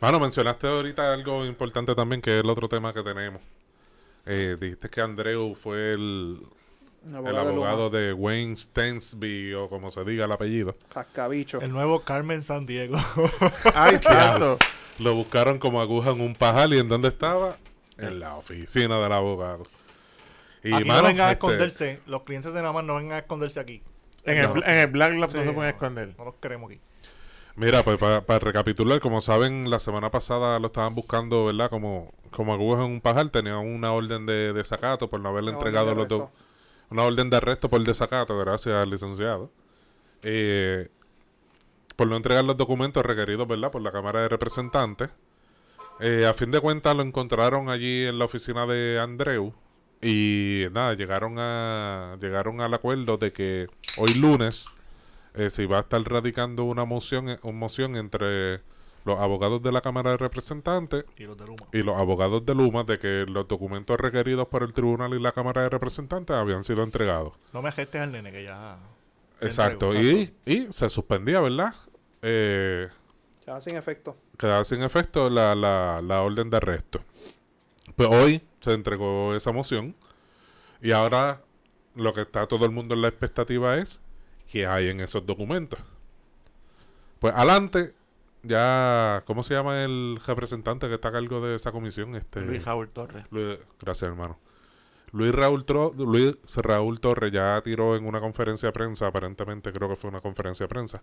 Speaker 4: Mano, mencionaste ahorita algo importante también, que es el otro tema que tenemos. Eh, dijiste que Andreu fue el,
Speaker 1: Un
Speaker 4: el
Speaker 1: de Luma.
Speaker 4: abogado de Wayne Stensby, o como se diga el apellido.
Speaker 1: Cascabicho.
Speaker 3: El nuevo Carmen San Diego.
Speaker 2: Ay, santo.
Speaker 4: Lo buscaron como aguja en un pajal y en dónde estaba? En la oficina del abogado. <laughs> Y
Speaker 3: aquí
Speaker 4: mano,
Speaker 3: no vengan
Speaker 4: este,
Speaker 3: a esconderse. Los clientes de nada más no vengan a esconderse aquí.
Speaker 2: En el, bla- en el Black Lab no
Speaker 3: Sí,
Speaker 2: se pueden esconder.
Speaker 3: No los queremos aquí.
Speaker 4: Mira, pues para recapitular, como saben, la semana pasada lo estaban buscando, ¿verdad? Como, como agujas en un pajal, tenían una orden de desacato por no haberle
Speaker 1: Una
Speaker 4: entregado
Speaker 1: orden de
Speaker 4: los dos.
Speaker 1: arresto.
Speaker 4: Una orden de arresto por desacato, gracias al licenciado. Eh, por no entregar los documentos requeridos, ¿verdad? Por la Cámara de Representantes. Eh, a fin de cuentas lo encontraron allí en la oficina de Andreu. Y nada, llegaron a llegaron al acuerdo de que hoy lunes eh, se iba a estar radicando una moción, una moción entre los abogados de la Cámara de Representantes
Speaker 3: Y los de Luma.
Speaker 4: y los abogados de Luma de que los documentos requeridos por el tribunal y la Cámara de Representantes habían sido entregados.
Speaker 3: No me gestes al nene que ya. ya
Speaker 4: Exacto.
Speaker 3: entregó,
Speaker 4: Y, y se suspendía, ¿verdad? Eh,
Speaker 1: Ya sin efecto.
Speaker 4: quedaba sin efecto la, la, la orden de arresto. Pues hoy se entregó esa moción y ahora lo que está todo el mundo en la expectativa es que hay en esos documentos. Pues adelante, ya, ¿cómo se llama el representante que está a cargo de esa comisión? Este,
Speaker 2: Luis Raúl Torres.
Speaker 4: Luis- gracias, hermano. Luis Raúl, Tro- Luis Raúl Torres ya tiró en una conferencia de prensa, aparentemente creo que fue una conferencia de prensa,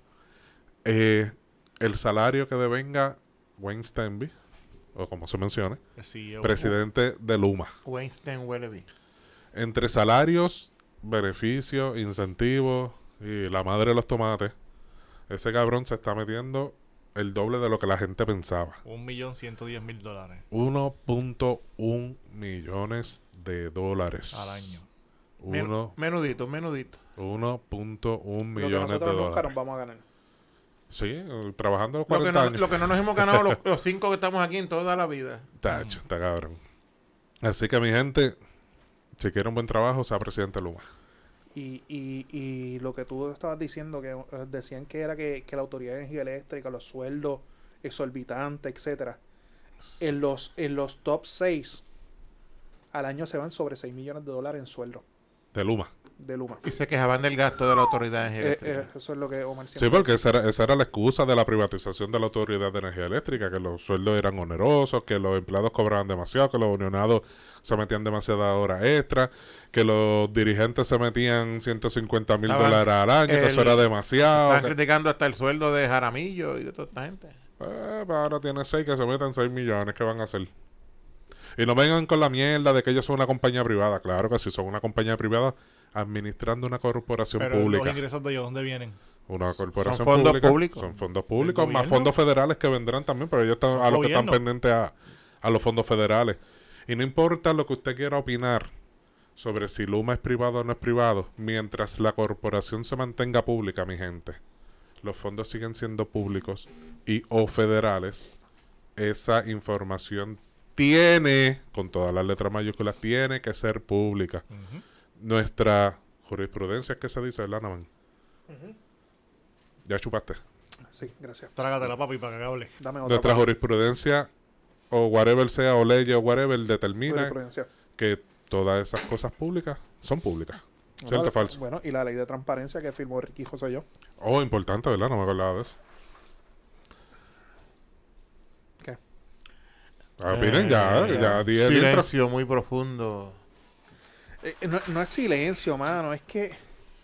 Speaker 4: eh, el salario que devenga Wayne Stenby, o como se mencione,
Speaker 3: El E CEO.
Speaker 4: presidente de Luma,
Speaker 2: Weinstein Welleby.
Speaker 4: entre salarios, beneficios, incentivos y la madre de los tomates, ese cabrón se está metiendo el doble de lo que la gente pensaba.
Speaker 3: Un millón ciento diez mil dólares
Speaker 4: 1.1 millones de dólares
Speaker 3: al año.
Speaker 2: Men-
Speaker 4: Uno-
Speaker 2: menudito, menudito.
Speaker 4: 1.1
Speaker 1: Lo que
Speaker 4: millones de
Speaker 1: nosotros nunca nos
Speaker 4: dólares.
Speaker 1: vamos a ganar.
Speaker 4: Sí, eh, trabajando los
Speaker 2: Lo que,
Speaker 4: 40
Speaker 2: no,
Speaker 4: años.
Speaker 2: lo que no nos hemos ganado los, los cinco que estamos aquí en toda la vida.
Speaker 4: Tacho, está cabrón. Así que, mi gente, si quiere un buen trabajo, sea presidente Luma.
Speaker 1: Y, y, y lo que tú estabas diciendo, que eh, decían que era que, que la Autoridad de Energía Eléctrica, los sueldos exorbitantes, etcétera En los, en los top 6 al año se van sobre 6 millones de dólares en sueldo
Speaker 4: de Luma.
Speaker 1: de Luma.
Speaker 2: Y se quejaban del gasto de la autoridad en
Speaker 1: Eh, eh, eso es lo que Omar
Speaker 4: Sí,
Speaker 1: siempre
Speaker 4: porque
Speaker 1: dice.
Speaker 4: esa era, esa era la excusa de la privatización de la Autoridad de Energía Eléctrica, que los sueldos eran onerosos, que los empleados cobraban demasiado, que los unionados se metían demasiadas horas extra, que los dirigentes se metían 150 mil
Speaker 2: Estaban-
Speaker 4: dólares al año, que eso
Speaker 2: el-
Speaker 4: era demasiado.
Speaker 1: ah,
Speaker 2: Están
Speaker 4: que-
Speaker 2: criticando hasta el sueldo de Jaramillo y de toda esta gente.
Speaker 4: Eh, pues ahora tiene 6 que se meten 6 millones, ¿qué van a hacer? Y no vengan con la mierda de que ellos son una compañía privada. Claro que si son una compañía privada administrando una corporación
Speaker 3: Pero los
Speaker 4: pública.
Speaker 3: ingresos de ellos, ¿dónde vienen?
Speaker 4: Una corporación
Speaker 2: Son fondos
Speaker 4: pública,
Speaker 2: públicos.
Speaker 4: Son fondos públicos,
Speaker 3: ¿Del
Speaker 4: más
Speaker 3: gobierno?
Speaker 4: fondos federales que vendrán también, pero ellos están
Speaker 3: Son
Speaker 4: a los que están
Speaker 3: gobierno.
Speaker 4: pendientes a, a los fondos federales. Y no importa lo que usted quiera opinar sobre si Luma es privado o no es privado, mientras la corporación se mantenga pública, mi gente, los fondos siguen siendo públicos y o federales, esa información tiene, con todas las letras mayúsculas, tiene que ser pública. Nuestra jurisprudencia, ¿qué se dice, Lanaman? Ya chupaste.
Speaker 1: Sí, gracias.
Speaker 3: Trágatela, papi, para que hable.
Speaker 1: Dame otra
Speaker 4: Nuestra
Speaker 1: parte.
Speaker 4: jurisprudencia, o whatever sea, o ley, o whatever, determina
Speaker 1: Jurisprudencia.
Speaker 4: que todas esas cosas públicas son públicas. ¿Cierto
Speaker 1: Bueno,
Speaker 4: o falso?
Speaker 1: Bueno, y la ley de transparencia que firmó Ricky José yo.
Speaker 4: Oh, importante, ¿verdad? No me acordaba de eso.
Speaker 1: ¿Qué?
Speaker 4: Ah, miren, ya,
Speaker 2: Eh,
Speaker 4: ya di el intro.
Speaker 2: Silencio muy profundo.
Speaker 1: Eh, no, no es silencio, mano, es que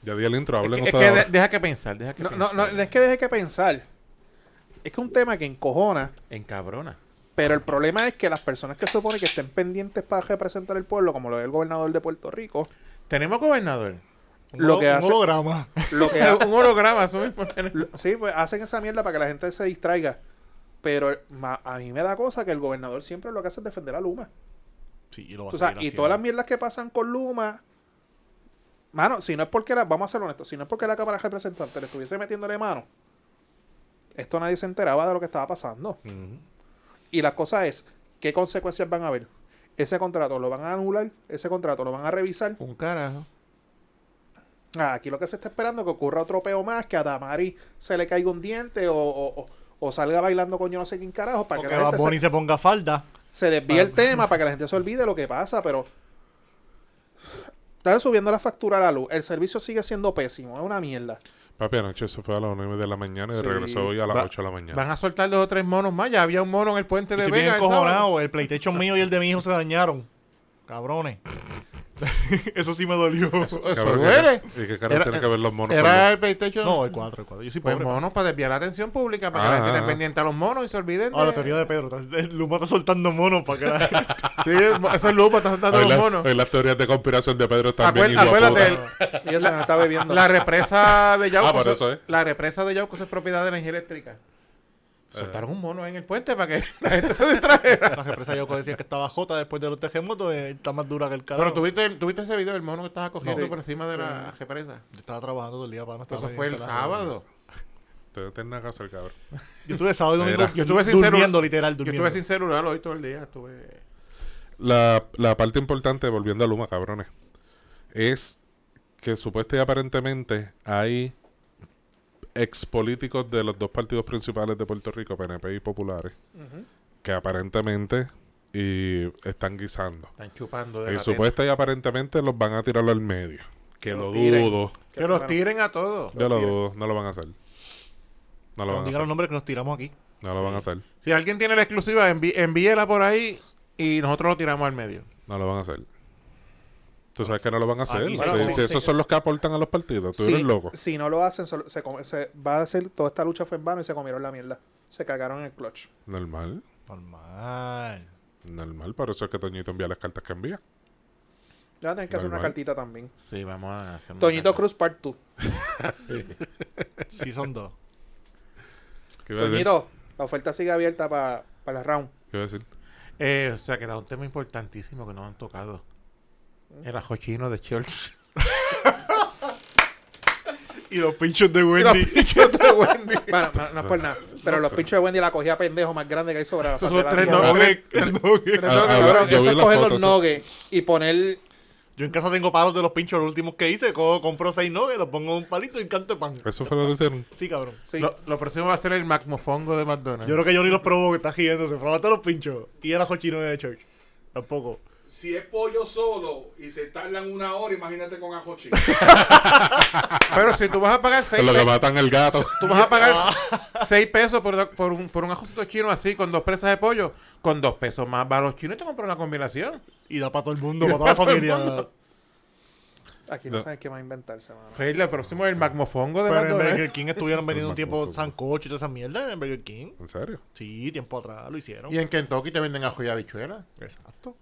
Speaker 4: Ya di el intro, hablen
Speaker 2: es que
Speaker 4: ustedes.
Speaker 2: de-
Speaker 4: ahora.
Speaker 2: deja que pensar, deja que
Speaker 1: no, no,
Speaker 2: pensar.
Speaker 1: no, no es que deje que pensar. Es que es un tema que encojona,
Speaker 2: En cabrona.
Speaker 1: pero el problema es que las personas que se supone que estén pendientes para representar el pueblo, como lo es el gobernador de Puerto Rico,
Speaker 2: Tenemos gobernador.
Speaker 3: Un
Speaker 1: Lo
Speaker 3: holo-
Speaker 1: que hace-
Speaker 3: Un holograma.
Speaker 1: lo que ha-
Speaker 2: un holograma, eso mismo. tenemos.
Speaker 1: lo- sí, pues hacen esa mierda para que la gente se distraiga. Pero ma- a mí me da cosa que el gobernador siempre lo que hace es defender a Luma.
Speaker 3: Sí, y lo va
Speaker 1: Tú
Speaker 3: a
Speaker 1: sabes,
Speaker 3: seguir
Speaker 1: y todas las
Speaker 3: haciendo.
Speaker 1: mierdas que pasan con Luma. Mano, si no es porque la, vamos a ser honestos, si no es porque la Cámara de Representantes le estuviese metiéndole mano, esto nadie se enteraba de lo que estaba pasando. Y la cosa es, ¿qué consecuencias van a haber? Ese contrato lo van a anular, ese contrato lo van a revisar.
Speaker 2: Un carajo.
Speaker 1: Ah, aquí lo que se está esperando es que ocurra otro peo más, que a Damari se le caiga un diente o, o- o- o salga bailando con yo no sé quién carajo, para
Speaker 3: O
Speaker 1: que,
Speaker 3: que
Speaker 1: la
Speaker 3: Bad
Speaker 1: gente
Speaker 3: Bunny
Speaker 1: se,
Speaker 3: se ponga falda.
Speaker 1: se desvíe el tema, para que la gente se olvide lo que pasa, pero... Están subiendo la factura a la luz, el servicio sigue siendo pésimo, es una mierda.
Speaker 4: Papi, anoche se fue a las 9 de la mañana y
Speaker 1: Sí.
Speaker 4: regresó hoy a las
Speaker 2: Va-
Speaker 4: 8 de la mañana.
Speaker 2: Van a soltar dos o tres monos más. Ya había un mono en el puente de
Speaker 3: Estoy bien
Speaker 2: Vega. el sábado.
Speaker 3: encojonado. El PlayStation mío y el de mi hijo se dañaron. Cabrones. <laughs> Eso sí me dolió.
Speaker 2: Eso
Speaker 4: Cabrón,
Speaker 2: duele.
Speaker 4: ¿qué- ¿Y qué carajo
Speaker 2: Era-
Speaker 4: tiene que ver los monos? con
Speaker 2: Era el PlayStation.
Speaker 3: No, el 4, el 4. Yo soy
Speaker 2: Pues
Speaker 3: pobre.
Speaker 2: monos para desviar la atención pública, para que la
Speaker 4: Ah,
Speaker 2: gente
Speaker 4: ah,
Speaker 2: esté
Speaker 4: ah.
Speaker 2: pendiente a los monos y se olviden.
Speaker 1: Ah,
Speaker 3: Ahora, la teoría de Pedro. estás- Luma está soltando monos para
Speaker 2: <laughs>
Speaker 3: que la...
Speaker 2: Sí, eso es lupa, está soltando
Speaker 4: Hoy
Speaker 2: los
Speaker 4: la-
Speaker 2: monos.
Speaker 4: hoy las teorías de conspiración de Pedro también.
Speaker 2: Acuérdate,
Speaker 4: hijo de puta.
Speaker 2: acuérdate el-
Speaker 1: Y eso que no está bebiendo.
Speaker 2: La represa de Yauco.
Speaker 4: Ah, por
Speaker 2: se-
Speaker 4: eso, ¿eh?
Speaker 2: La represa de Yauco es propiedad de energía eléctrica. Soltaron un mono ahí en el puente para que la gente se distrajera.
Speaker 3: La empresa yo decía que estaba jota después de los terremotos. eh, Está más dura que el carajo.
Speaker 2: Pero tuviste, tuviste ese video del mono que estaba cogiendo
Speaker 1: Sí.
Speaker 2: por encima de la represa.
Speaker 3: Yo estaba trabajando todo el día para no estar
Speaker 2: Eso fue el
Speaker 3: pendiente a la-
Speaker 2: sábado.
Speaker 4: Te- No tienes nada que hacer, cabrón.
Speaker 3: Yo estuve sábado y domingo.
Speaker 4: Mira.
Speaker 3: Yo
Speaker 2: Yo estuve
Speaker 3: estuve
Speaker 2: sin celular.
Speaker 3: durmiendo, literal,
Speaker 2: Yo
Speaker 3: durmiendo.
Speaker 2: estuve sin celular hoy todo el día. Estuve...
Speaker 4: La, la parte importante, volviendo a Luma, cabrones, es que supuestamente y aparentemente hay expolíticos de los dos partidos principales de Puerto Rico, PNP y Populares, que aparentemente y están guisando.
Speaker 2: Están chupando de
Speaker 4: Y
Speaker 2: la teta.
Speaker 4: supuesta y aparentemente los van a tirar al medio. Que
Speaker 1: los
Speaker 4: lo
Speaker 1: tiren.
Speaker 4: dudo.
Speaker 2: Que los tiren a todos.
Speaker 4: Yo
Speaker 1: los
Speaker 4: lo
Speaker 1: tiren.
Speaker 4: dudo. No lo van a hacer. No lo
Speaker 3: No
Speaker 4: van a
Speaker 3: digan los
Speaker 4: hacer.
Speaker 3: nombres que nos tiramos aquí.
Speaker 4: No lo van a hacer.
Speaker 2: Si alguien tiene la exclusiva, envi- envíela por ahí y nosotros lo tiramos al medio.
Speaker 4: No lo van a hacer. Tú sabes que no lo van a hacer.
Speaker 3: Aquí
Speaker 1: sí.
Speaker 4: si,
Speaker 1: Sí,
Speaker 4: si esos
Speaker 1: sí,
Speaker 4: son
Speaker 1: sí.
Speaker 4: los que aportan a los partidos, tú eres loco.
Speaker 1: Si no lo hacen, solo- se, come- se- va a hacer toda esta lucha fue en vano y se comieron la mierda. Se cagaron en el clutch.
Speaker 4: Normal.
Speaker 3: Normal.
Speaker 4: Normal, por eso es que Toñito envía las cartas que envía.
Speaker 1: Ya van a tener que hacer una
Speaker 4: Normal.
Speaker 1: cartita también.
Speaker 2: Sí, vamos a hacer una
Speaker 1: Toñito
Speaker 2: carta.
Speaker 1: Cruz Part 2.
Speaker 3: Sí son dos.
Speaker 4: ¿Qué iba a decir?
Speaker 1: Toñito, la oferta sigue abierta para la
Speaker 4: <laughs>
Speaker 1: round.
Speaker 4: ¿Qué iba a decir?
Speaker 2: Eh, o sea, queda un tema importantísimo que no han tocado. El ajo chino de Church.
Speaker 3: <laughs> Y los pinchos de
Speaker 2: Los
Speaker 3: Wendy.
Speaker 2: pinchos de Wendy.
Speaker 1: <laughs> Bueno, no, no es por nada. Pero los pinchos de Wendy la cogía pendejo más grande que hay sobre la
Speaker 2: Esos
Speaker 1: faz de
Speaker 2: son
Speaker 1: la
Speaker 2: tres
Speaker 1: tierra.
Speaker 2: no-
Speaker 3: eh,
Speaker 2: tres-
Speaker 1: Pero
Speaker 4: Ah,
Speaker 1: eso,
Speaker 4: ah,
Speaker 1: cabrón,
Speaker 4: yo
Speaker 1: eso
Speaker 4: vi
Speaker 1: es
Speaker 4: las
Speaker 1: coger
Speaker 4: fotos,
Speaker 1: los
Speaker 4: sí.
Speaker 1: nuggets y poner.
Speaker 3: Yo en casa tengo palos de los pinchos, los últimos que hice. Co- compro seis nuggets, los pongo en un palito y encanto de pan.
Speaker 4: Eso fue lo que hicieron.
Speaker 3: Sí, cabrón.
Speaker 1: Sí.
Speaker 2: Lo, lo próximo va a ser el macmofongo de McDonald's.
Speaker 3: Yo creo que Johnny los probó, que está riendo. Se fue a matar los pinchos. Y era cochino de church. Tampoco.
Speaker 5: Si es pollo solo y se tardan una hora, imagínate con
Speaker 2: <laughs>
Speaker 5: ajo chico.
Speaker 2: Pero si tú vas a pagar
Speaker 4: Es
Speaker 2: 6
Speaker 4: lo que
Speaker 2: pesos,
Speaker 4: matan el gato.
Speaker 2: tú vas a pagar 6 pesos por, una- por un, por un ajocito chino así, con dos presas de pollo, con dos pesos más va a los chinos y te compras una combinación.
Speaker 3: Y da para todo el mundo, <laughs> para toda la familia.
Speaker 1: Aquí no,
Speaker 4: No.
Speaker 1: saben qué más inventarse, mano.
Speaker 2: Fey, lo próximo es el magmofongo de
Speaker 3: Pero en
Speaker 2: McDonald's.
Speaker 3: Burger King estuvieron vendiendo un tiempo
Speaker 4: Tampoco.
Speaker 3: sancocho y toda esa mierda en Burger King.
Speaker 4: ¿En serio?
Speaker 3: Sí, tiempo atrás lo hicieron.
Speaker 2: Y en Kentucky te venden ajo y habichuela.
Speaker 3: Exacto.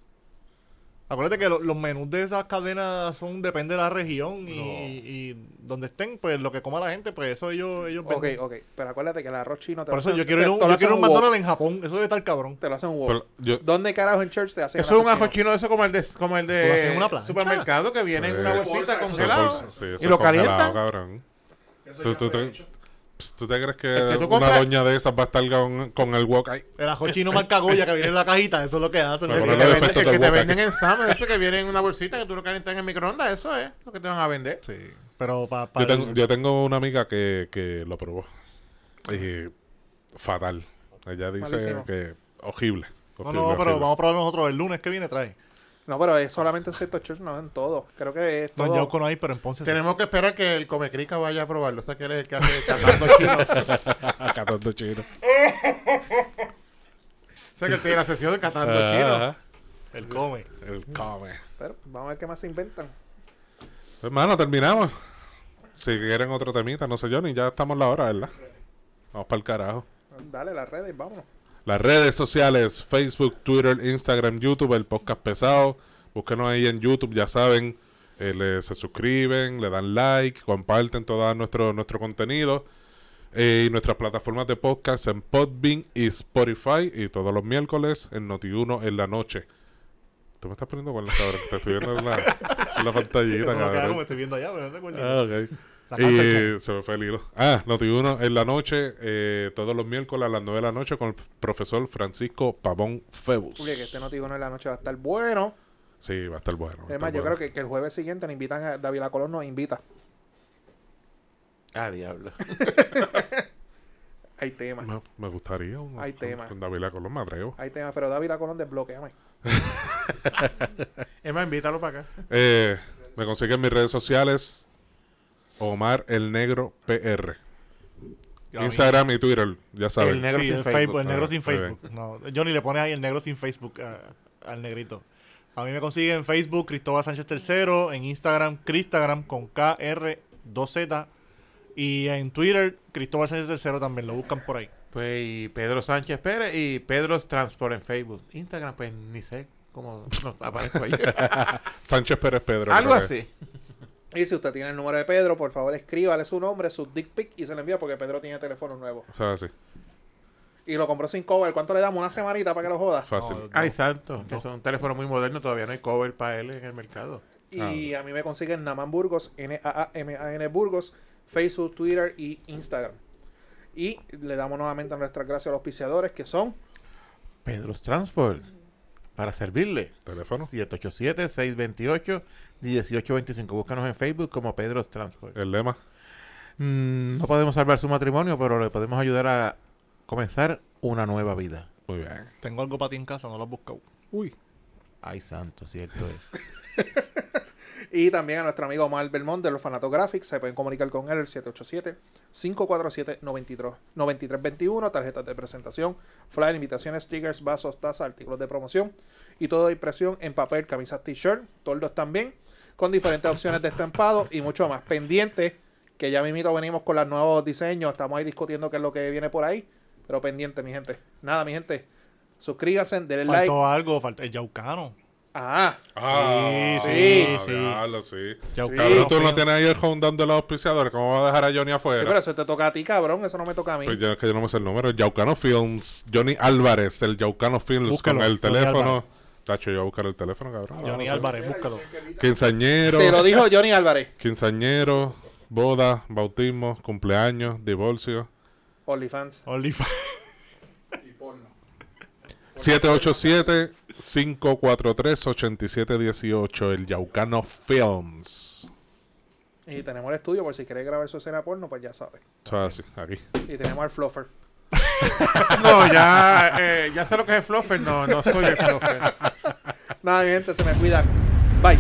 Speaker 3: Acuérdate que lo- los menús de esas cadenas son depende de la región y, y donde estén, pues lo que coma la gente, pues eso ellos, ellos
Speaker 1: Ok,
Speaker 3: venden.
Speaker 1: ok. Pero acuérdate que el arroz chino te
Speaker 3: Por
Speaker 1: lo
Speaker 3: eso
Speaker 1: hacen-
Speaker 3: yo quiero ir a un,
Speaker 1: te lo
Speaker 3: yo
Speaker 1: hacen
Speaker 3: quiero un
Speaker 1: wok.
Speaker 3: McDonald's en Japón. Eso debe estar cabrón.
Speaker 1: Te lo hacen un
Speaker 4: Pero
Speaker 1: wok.
Speaker 4: yo-
Speaker 1: ¿Dónde carajo en church te hacen
Speaker 2: Eso es un ajo
Speaker 1: arroz
Speaker 2: chino de eso como el de, como el
Speaker 3: Tú lo haces
Speaker 2: de
Speaker 3: en una plancha.
Speaker 2: supermercado que viene en
Speaker 4: Sí.
Speaker 2: una
Speaker 5: Bolsa,
Speaker 2: bolsita
Speaker 5: eso es
Speaker 2: congelada.
Speaker 5: bolsa.
Speaker 4: Sí, eso
Speaker 2: Y lo
Speaker 4: es congelado,
Speaker 2: calientan.
Speaker 4: cabrón.
Speaker 5: Eso
Speaker 4: Tú-
Speaker 5: ya
Speaker 4: tú-
Speaker 5: fue
Speaker 4: tú-
Speaker 5: hecho.
Speaker 4: Pss, ¿Tú te crees que,
Speaker 2: Es que tú
Speaker 4: una
Speaker 2: compras-
Speaker 4: doña de esas va a estar con, con el wok ahí?
Speaker 3: El ajo chino marca Goya que viene en la cajita, eso es lo que hacen.
Speaker 4: Pero
Speaker 2: El
Speaker 4: Por
Speaker 2: que
Speaker 4: los
Speaker 2: te venden-
Speaker 4: defectos
Speaker 2: el que
Speaker 4: del
Speaker 2: te
Speaker 4: Boca.
Speaker 2: venden en Summer, eso que viene en una bolsita que tú lo calientas en el microondas, eso es lo que te van a vender.
Speaker 3: Sí, pero para...
Speaker 4: Yo tengo, yo tengo una amiga que, que lo probó. Y fatal. Ella dice
Speaker 1: Malísimo.
Speaker 4: que horrible.
Speaker 3: No,
Speaker 4: horrible,
Speaker 3: no, pero
Speaker 4: horrible.
Speaker 3: vamos a probar nosotros el lunes que viene, trae.
Speaker 1: No, pero es solamente en ciertos church, no en todo. Creo que es
Speaker 3: No, en
Speaker 1: todo.
Speaker 3: Yauco no hay, pero en Ponce sí.
Speaker 2: Tenemos que esperar que el Comecrica vaya a probarlo. O sea, que él es el que hace el catando chino. O
Speaker 4: Catando chino.
Speaker 2: sea, que él tiene la sesión de catando chino.
Speaker 4: Ajá.
Speaker 3: El come.
Speaker 4: El come.
Speaker 1: Pero vamos a ver qué más se inventan.
Speaker 4: Hermano, terminamos. Si quieren otro temita, no sé yo, ni ya estamos la hora, ¿verdad? Vamos para el carajo.
Speaker 1: Dale las redes, vámonos.
Speaker 4: Las redes sociales, Facebook, Twitter, Instagram, YouTube, el podcast pesado. Búsquenos ahí en YouTube, ya saben. eh, le- se suscriben, le dan like, comparten todo nuestro, nuestro contenido. Eh, y nuestras plataformas de podcast en Podbean y Spotify. Y todos los miércoles en Noti1 en la noche. Tú me estás poniendo con la cabrón. Te estoy viendo en la, en la
Speaker 3: Eso
Speaker 4: pantallita,
Speaker 3: es lo que hago,
Speaker 4: cabrón.
Speaker 3: me estoy viendo allá, pero no te acuerdas.
Speaker 4: Ah, ok.
Speaker 3: La
Speaker 4: Y
Speaker 3: cárcel.
Speaker 4: se me fue el hilo. Ah, Noti1 en la noche, eh, todos los miércoles a las 9 de la noche con el profesor Francisco Pavón Febus.
Speaker 1: Oye, que este notigo no en la noche va a estar bueno.
Speaker 4: Sí, va a estar bueno. va a
Speaker 1: Es más,
Speaker 4: estar
Speaker 1: yo
Speaker 4: bueno.
Speaker 1: creo que, que el jueves siguiente nos invitan a David Colón nos invita.
Speaker 2: Ah, diablo.
Speaker 1: <laughs> Hay temas.
Speaker 4: Me, me gustaría un,
Speaker 1: Hay
Speaker 4: un-
Speaker 1: tema.
Speaker 4: un David Colón, me atrevo.
Speaker 1: Hay temas, pero David Colón desbloqueame.
Speaker 2: Emma, invítalo para acá.
Speaker 4: Eh, me consiguen mis redes sociales Omar el Negro PR.
Speaker 3: Y a mí-
Speaker 4: Instagram y Twitter, ya
Speaker 2: El
Speaker 4: saben.
Speaker 2: negro
Speaker 3: Sí,
Speaker 2: sin
Speaker 3: el,
Speaker 2: Facebook.
Speaker 3: Facebook, el
Speaker 4: Ah,
Speaker 3: negro sin
Speaker 4: muy
Speaker 3: Facebook. No, Johnny le pone ahí el negro sin Facebook a- al negrito. A mí me consigue en Facebook Cristóbal Sánchez III, en Instagram Cristagram con KR2Z y en Twitter Cristóbal Sánchez III también, lo buscan por ahí.
Speaker 2: Pues y Pedro Sánchez Pérez y Pedro Transport en Facebook. Instagram, pues ni sé cómo <laughs> no, aparezco ahí.
Speaker 4: Sánchez Pérez Pedro.
Speaker 2: Algo
Speaker 4: creo que.
Speaker 2: así.
Speaker 1: Y si usted tiene el número de Pedro, por favor escríbale su nombre, su dick pic y se lo envía porque Pedro tiene teléfono nuevo.
Speaker 4: O sea, así,
Speaker 1: Y lo compró sin cover. ¿Cuánto le damos? Una semanita para que lo joda.
Speaker 4: fácil.
Speaker 3: No,
Speaker 2: Ay,
Speaker 3: Pues no.
Speaker 2: santo. Que son teléfonos muy modernos. Todavía no hay cover para él en el mercado.
Speaker 1: Y a mí me consiguen Naman Burgos, N-A-A-M-A-N Burgos, Facebook, Twitter y Instagram. Y le damos nuevamente nuestras gracias a los auspiciadores que son
Speaker 2: Pedro's Transport. Para servirle.
Speaker 4: Teléfono.
Speaker 2: 787-628-1825. Búscanos en Facebook como Pedro's Transport.
Speaker 4: El lema.
Speaker 2: Mm, no podemos salvar su matrimonio, pero le podemos ayudar a comenzar una nueva vida.
Speaker 4: Muy bien.
Speaker 3: Tengo algo para ti en casa, no lo has buscado.
Speaker 4: Uy.
Speaker 2: Ay, santo, cierto es.
Speaker 1: y también a nuestro amigo Omar Belmont de los Fanatos Graphics. Se pueden comunicar con él el 787-547-9321, tarjetas de presentación, flyer, invitaciones, stickers, vasos, tazas, artículos de promoción y todo de impresión en papel, camisas, t-shirt, toldos también, con diferentes opciones de estampado y mucho más. Pendiente, que ya mismito venimos con los nuevos diseños, estamos ahí discutiendo qué es lo que viene por ahí, pero pendiente, mi gente. Nada, mi gente, suscríbanse, denle like.
Speaker 3: Faltó algo, faltó el yaucano.
Speaker 1: Ah,
Speaker 4: Ah,
Speaker 3: Sí,
Speaker 4: ah,
Speaker 3: sí.
Speaker 4: diablo, sí.
Speaker 3: Yaucano,
Speaker 4: Cabrón, tú no
Speaker 3: fino.
Speaker 4: tienes ahí el home down de los auspiciadores. ¿Cómo vas a dejar a Johnny
Speaker 1: sí,
Speaker 4: afuera?
Speaker 1: pero eso te toca a ti, cabrón, eso no me toca a mí.
Speaker 4: Pues ya es que yo no me sé el número. Yaucano Films. Johnny Álvarez, el Yaucano Films.
Speaker 3: Búscalo,
Speaker 4: con el
Speaker 3: Johnny
Speaker 4: teléfono.
Speaker 3: Álvarez.
Speaker 4: Tacho, yo voy a buscar el teléfono, cabrón.
Speaker 3: Johnny
Speaker 4: Vamos a ver.
Speaker 3: Álvarez, búscalo.
Speaker 4: Quinceañero,
Speaker 1: Te lo dijo Johnny Álvarez.
Speaker 4: quinceañero, boda, bautismo, cumpleaños, divorcio.
Speaker 1: OnlyFans.
Speaker 3: OnlyFans.
Speaker 5: Y porno.
Speaker 4: 787-543-8718. El Yaucano Films.
Speaker 1: Y tenemos el estudio por si quieres grabar su escena porno, pues ya sabes.
Speaker 4: Eso es así, aquí.
Speaker 1: Y tenemos al Fluffer.
Speaker 2: No, ya, eh, ya sé lo que es el fluffer. No, no soy el fluffer.
Speaker 1: Nada, mi gente, se me cuidan. Bye.